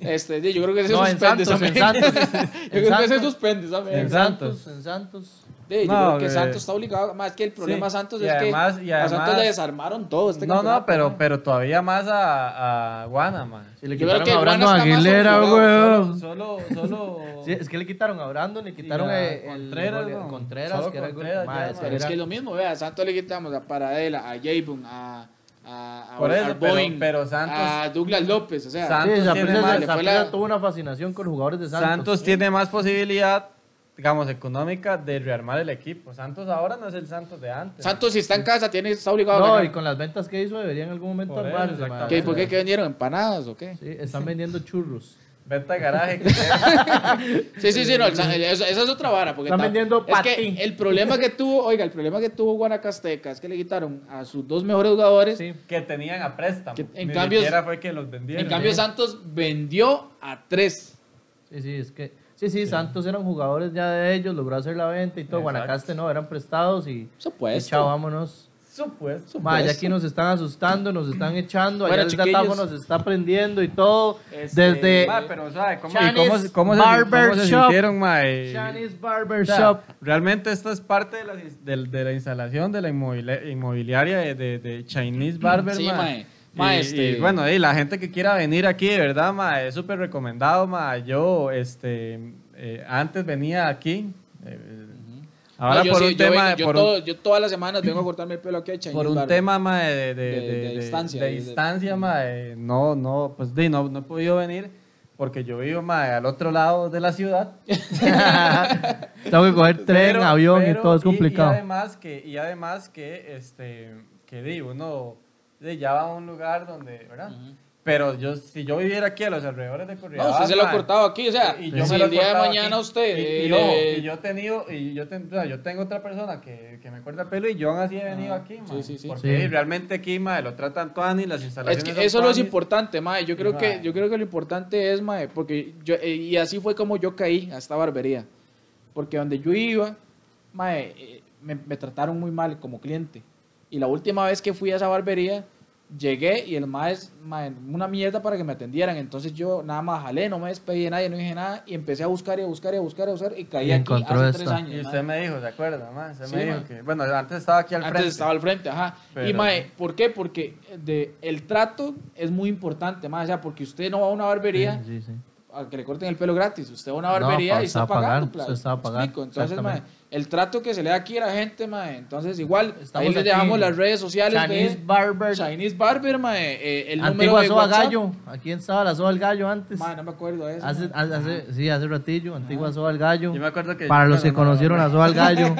Speaker 1: Este, sí, yo creo que se
Speaker 2: No, en
Speaker 1: suspende.
Speaker 2: Santos,
Speaker 1: esa
Speaker 2: en
Speaker 1: mierda.
Speaker 2: Santos.
Speaker 1: Yo
Speaker 2: En
Speaker 1: creo que se
Speaker 2: Santos.
Speaker 1: suspende, esa mierda.
Speaker 2: En
Speaker 3: En
Speaker 2: Santos,
Speaker 3: Santos.
Speaker 2: en Santos.
Speaker 1: Sí, yo
Speaker 3: No,
Speaker 1: creo que
Speaker 3: eh,
Speaker 1: Santos está obligado. Más que el problema de
Speaker 3: sí,
Speaker 1: Santos
Speaker 3: y
Speaker 1: es
Speaker 3: además-
Speaker 1: que
Speaker 3: y
Speaker 1: a Santos
Speaker 3: además-
Speaker 1: le desarmaron todo este
Speaker 3: No, no,
Speaker 1: campeonato,
Speaker 3: pero,
Speaker 1: mae.
Speaker 3: pero todavía más a, a Guana, man.
Speaker 2: Sí, le
Speaker 1: Yo creo
Speaker 2: quitaron
Speaker 1: que
Speaker 2: a
Speaker 1: Juan
Speaker 2: Brandon
Speaker 1: está más
Speaker 2: Aguilera,
Speaker 1: obligado.
Speaker 2: weón.
Speaker 3: Solo, solo.
Speaker 2: Sí, es que le quitaron a Brandon, le quitaron
Speaker 3: Y a
Speaker 2: eh, el
Speaker 3: Contreras,
Speaker 2: gole-
Speaker 3: ¿no?
Speaker 2: Contreras,
Speaker 3: Solo
Speaker 2: que era el gole-
Speaker 3: Contreras,
Speaker 2: Ma,
Speaker 3: ya,
Speaker 2: es
Speaker 3: ma.
Speaker 2: que
Speaker 1: Pero es
Speaker 2: era-
Speaker 1: que es lo mismo, vea, a Santos le quitamos a Paradela, a Jabun, a, a, a
Speaker 3: Por eso,
Speaker 1: All
Speaker 3: pero-
Speaker 1: Boeing,
Speaker 3: pero Santos-
Speaker 1: a Douglas López, o sea,
Speaker 3: Santos-
Speaker 2: Sí,
Speaker 3: tiene
Speaker 2: Saprissa-
Speaker 3: mal, le
Speaker 1: fue
Speaker 2: Saprissa
Speaker 1: la-
Speaker 2: tuvo una fascinación con los jugadores de Santos.
Speaker 3: Santos, tiene más posibilidad, digamos, económica de rearmar el equipo. Santos ahora no es el Santos de antes.
Speaker 1: Santos si está en casa tiene, está obligado a
Speaker 2: No, y
Speaker 1: ganar.
Speaker 2: con las ventas que hizo debería en algún momento
Speaker 3: Por eso,
Speaker 2: armarse, ma.
Speaker 3: exactamente.
Speaker 1: ¿Qué, ¿Por qué, qué vendieron? ¿Empanadas o qué?
Speaker 2: Sí, están vendiendo churros.
Speaker 3: Venta de garaje.
Speaker 1: Sí, sí, sí, no, el San- el- esa esa es otra vara. Porque
Speaker 2: Están
Speaker 1: tam-
Speaker 2: vendiendo
Speaker 1: es
Speaker 2: patín.
Speaker 1: que el problema que tuvo, oiga, el problema que tuvo Guanacasteca es que le quitaron a sus dos mejores jugadores.
Speaker 2: Sí.
Speaker 3: que tenían a préstamo.
Speaker 1: Que- en
Speaker 3: Ni
Speaker 1: cambio-
Speaker 3: siquiera fue que los vendieron.
Speaker 1: en cambio, Santos vendió a tres.
Speaker 2: Sí, sí, es que. Sí, sí, Santos eran jugadores ya de ellos, logró hacer la venta y todo.
Speaker 3: Exacto.
Speaker 2: Guanacaste no, eran prestados y.
Speaker 1: Pues
Speaker 2: y
Speaker 1: Supuesto.
Speaker 2: Chao, vámonos.
Speaker 3: Supuesto.
Speaker 2: Ma, ya
Speaker 1: Supuesto.
Speaker 2: aquí nos están asustando, nos están echando. Allá
Speaker 1: Bueno,
Speaker 2: el datáfono
Speaker 1: chiquillos.
Speaker 2: nos está prendiendo y todo.
Speaker 1: Este,
Speaker 2: Desde
Speaker 3: Ma, pero, ¿sabe cómo,
Speaker 2: Chanis
Speaker 3: y cómo, cómo se,
Speaker 2: Barber
Speaker 3: cómo se
Speaker 2: Shop.
Speaker 3: sintieron, ma? Y-
Speaker 2: Shani's
Speaker 3: o sea,
Speaker 2: Barbershop.
Speaker 3: Realmente esto es parte de la, del- de la instalación de la inmobili- inmobiliaria de, de- de Chinese Barber,
Speaker 1: Sí,
Speaker 3: ma.
Speaker 1: mae. Ma,
Speaker 3: y,
Speaker 1: este-
Speaker 3: y, bueno, y la gente que quiera venir aquí, de verdad, ma, es súper recomendado, ma. Yo, este, eh, antes venía aquí. eh, Ahora
Speaker 1: No, yo
Speaker 3: por
Speaker 1: sí,
Speaker 3: un
Speaker 1: yo
Speaker 3: tema,
Speaker 1: vengo- yo
Speaker 3: por un-
Speaker 1: todo- yo todas las semanas vengo a cortarme el pelo aquí a Chinese
Speaker 3: por un
Speaker 1: Barber.
Speaker 3: tema ma, de, de,
Speaker 1: De- de distancia,
Speaker 3: de
Speaker 1: de- de-
Speaker 3: distancia, ma, eh, no, no, pues di, no, no he podido venir porque yo vivo ma, al otro lado de la ciudad.
Speaker 2: Tengo que coger tren,
Speaker 3: Pero-
Speaker 2: avión
Speaker 3: pero-
Speaker 2: y todo, es complicado.
Speaker 3: Y, además que, y además que, este, que di, uno di, ya va a un lugar donde, ¿verdad? Pero yo, si yo viviera aquí a los alrededores de Corrientes.
Speaker 1: No, usted se lo ha cortado aquí, o sea,
Speaker 3: Y yo
Speaker 1: si
Speaker 3: me lo
Speaker 1: el día de
Speaker 3: cortaba
Speaker 1: mañana
Speaker 3: aquí.
Speaker 1: usted...
Speaker 3: Y, y
Speaker 1: eh,
Speaker 3: ojo,
Speaker 1: le-
Speaker 3: y yo he tenido. Y yo, ten- o sea, yo tengo otra persona que, que me corta el pelo y yo aún así he venido
Speaker 1: Ah,
Speaker 3: aquí,
Speaker 1: sí,
Speaker 3: mae.
Speaker 1: sí, sí.
Speaker 3: Porque
Speaker 2: Sí.
Speaker 3: realmente aquí, mae, lo tratan Tuani, las
Speaker 1: Es
Speaker 3: instalaciones.
Speaker 1: que
Speaker 3: son
Speaker 1: eso no es
Speaker 3: tuanis.
Speaker 1: importante, mae. Yo creo, que,
Speaker 3: mae.
Speaker 1: yo creo que lo importante es, mae, porque yo, eh, y así fue como yo caí a esta barbería. Porque donde yo iba, mae, eh, me, me trataron muy mal como cliente. Y la última vez que fui a esa barbería, llegué y el mae es mae, una mierda para que me atendieran. Entonces yo nada más jalé, no me despedí de nadie, no dije nada. Y empecé a buscar y a buscar y a buscar y a buscar. Y caí
Speaker 2: Y
Speaker 1: aquí hace
Speaker 2: encontró
Speaker 1: tres
Speaker 2: esta.
Speaker 1: años.
Speaker 3: Y
Speaker 1: mae.
Speaker 3: usted me dijo, ¿se acuerda, mae? Usted
Speaker 1: Sí,
Speaker 3: me dijo
Speaker 1: mae.
Speaker 3: que. Bueno, antes estaba aquí al
Speaker 1: Antes
Speaker 3: frente.
Speaker 1: estaba al frente, ajá. Y
Speaker 3: Pero-
Speaker 1: mae, ¿por qué? Porque de, el trato es muy importante, mae. O sea, porque usted no va a una barbería
Speaker 2: Sí, sí, sí.
Speaker 1: a- a que le corten el pelo gratis. Usted va a una barbería
Speaker 2: No, pa-
Speaker 1: y está
Speaker 2: estaba
Speaker 1: pagando,
Speaker 2: pagando,
Speaker 1: plata.
Speaker 2: usted estaba
Speaker 1: ¿Me
Speaker 2: pagando,
Speaker 1: explico? Entonces, mae,
Speaker 2: exactamente.
Speaker 1: el trato que se le da aquí a la gente, mae, entonces igual,
Speaker 2: Estamos
Speaker 1: ahí les
Speaker 2: aquí.
Speaker 1: dejamos las redes sociales
Speaker 2: Chinese
Speaker 1: de
Speaker 2: Barber.
Speaker 1: Chinese Barber, mae, eh, el número
Speaker 2: Antigua
Speaker 1: de
Speaker 2: Soa
Speaker 1: WhatsApp.
Speaker 2: Gallo. Aquí estaba la Soa del Gallo antes.
Speaker 1: Mae, no me acuerdo de eso.
Speaker 2: Hace,
Speaker 1: mae.
Speaker 2: hace- hace- sí, hace ratillo. Antigua Soa del Gallo.
Speaker 3: Yo me acuerdo que.
Speaker 2: Para los que
Speaker 3: bueno, no,
Speaker 2: conocieron a Soa del Gallo.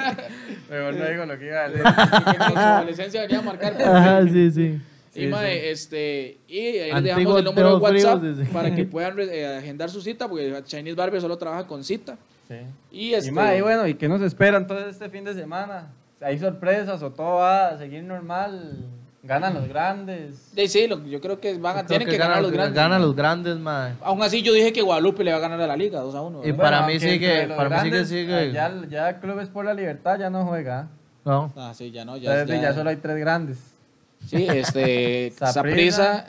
Speaker 3: Mejor no digo lo que iba a decir.
Speaker 1: Porque en su adolescencia venía a marcar. pues,
Speaker 2: Ajá, sí, sí.
Speaker 1: Y, mae, este, y ahí les
Speaker 2: Antiguo
Speaker 1: dejamos el número de
Speaker 2: Teo Fríos,
Speaker 1: WhatsApp
Speaker 2: dice.
Speaker 1: para que puedan eh, agendar su cita, porque Chinese Barber solo trabaja con cita.
Speaker 3: Sí.
Speaker 1: Y, este,
Speaker 3: Y, mae, y bueno, ¿y qué nos espera entonces este fin de semana? ¿Hay sorpresas o todo va a seguir normal? ¿Ganan los grandes?
Speaker 1: de- sí, lo- yo creo que van a,
Speaker 2: Creo
Speaker 1: tienen que, ganar
Speaker 2: gana-
Speaker 1: los grandes.
Speaker 2: Gana los grandes, mae.
Speaker 1: Aún así, yo dije que Guadalupe le va a ganar a la liga 2 a 1.
Speaker 2: Y para mí
Speaker 3: aunque
Speaker 2: sigue-
Speaker 3: entre los
Speaker 2: para mí sigue- sigue.
Speaker 3: ah, Ya, ya Clubes por la Libertad ya no juega.
Speaker 2: No.
Speaker 1: Ah, sí, ya no, ya.
Speaker 3: Entonces ya,
Speaker 1: ya-
Speaker 3: solo hay tres grandes.
Speaker 1: Sí, este.
Speaker 3: Saprissa.
Speaker 1: Saprisa,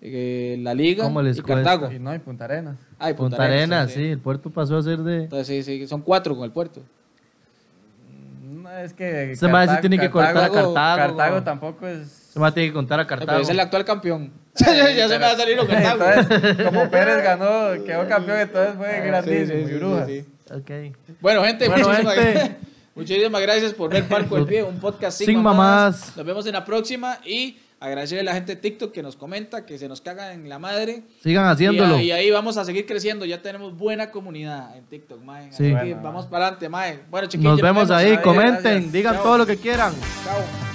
Speaker 1: la liga
Speaker 2: ¿Cómo les
Speaker 1: y
Speaker 2: cuesta?
Speaker 1: Cartago.
Speaker 3: Y no, y Punta Arenas.
Speaker 1: Ah, y
Speaker 2: Punta,
Speaker 1: Arenas,
Speaker 2: Arenas, sí. El puerto pasó a ser de.
Speaker 1: Entonces, sí, sí, son cuatro con el puerto.
Speaker 3: No, es que.
Speaker 2: Ese mae sí
Speaker 3: Cartago-
Speaker 2: tiene que cortar a
Speaker 1: Cartago-
Speaker 2: Cartago.
Speaker 3: Cartago
Speaker 2: weón.
Speaker 3: tampoco es.
Speaker 2: Ese mae tiene que contar a
Speaker 1: Pero
Speaker 2: Cartago.
Speaker 1: es el actual campeón. ya se me va a salir lo que
Speaker 3: Entonces, como Pérez ganó, quedó campeón, entonces fue grandísimo. y brujas.
Speaker 2: Ok.
Speaker 1: Bueno, gente,
Speaker 2: Bueno,
Speaker 1: muchísimas,
Speaker 2: gente.
Speaker 1: muchísimas gracias por ver Parco del Pie, un podcast sin,
Speaker 2: Sin
Speaker 1: mamadas.
Speaker 2: mamadas.
Speaker 1: Nos vemos en la próxima y agradecerle a la gente de TikTok que nos comenta, que se nos caga en la madre.
Speaker 2: Sigan
Speaker 1: Y,
Speaker 2: haciéndolo.
Speaker 1: ahí- y ahí vamos a seguir creciendo. Ya tenemos buena comunidad en TikTok, mae. Así
Speaker 2: Sí.
Speaker 1: que
Speaker 3: Bueno,
Speaker 1: vamos para adelante, mae. Bueno, chiquillos,
Speaker 2: Nos vemos ahí.
Speaker 3: Ahí,
Speaker 2: Comenten,
Speaker 3: gracias.
Speaker 2: digan
Speaker 3: Chao.
Speaker 2: todo lo que quieran.
Speaker 1: Chao.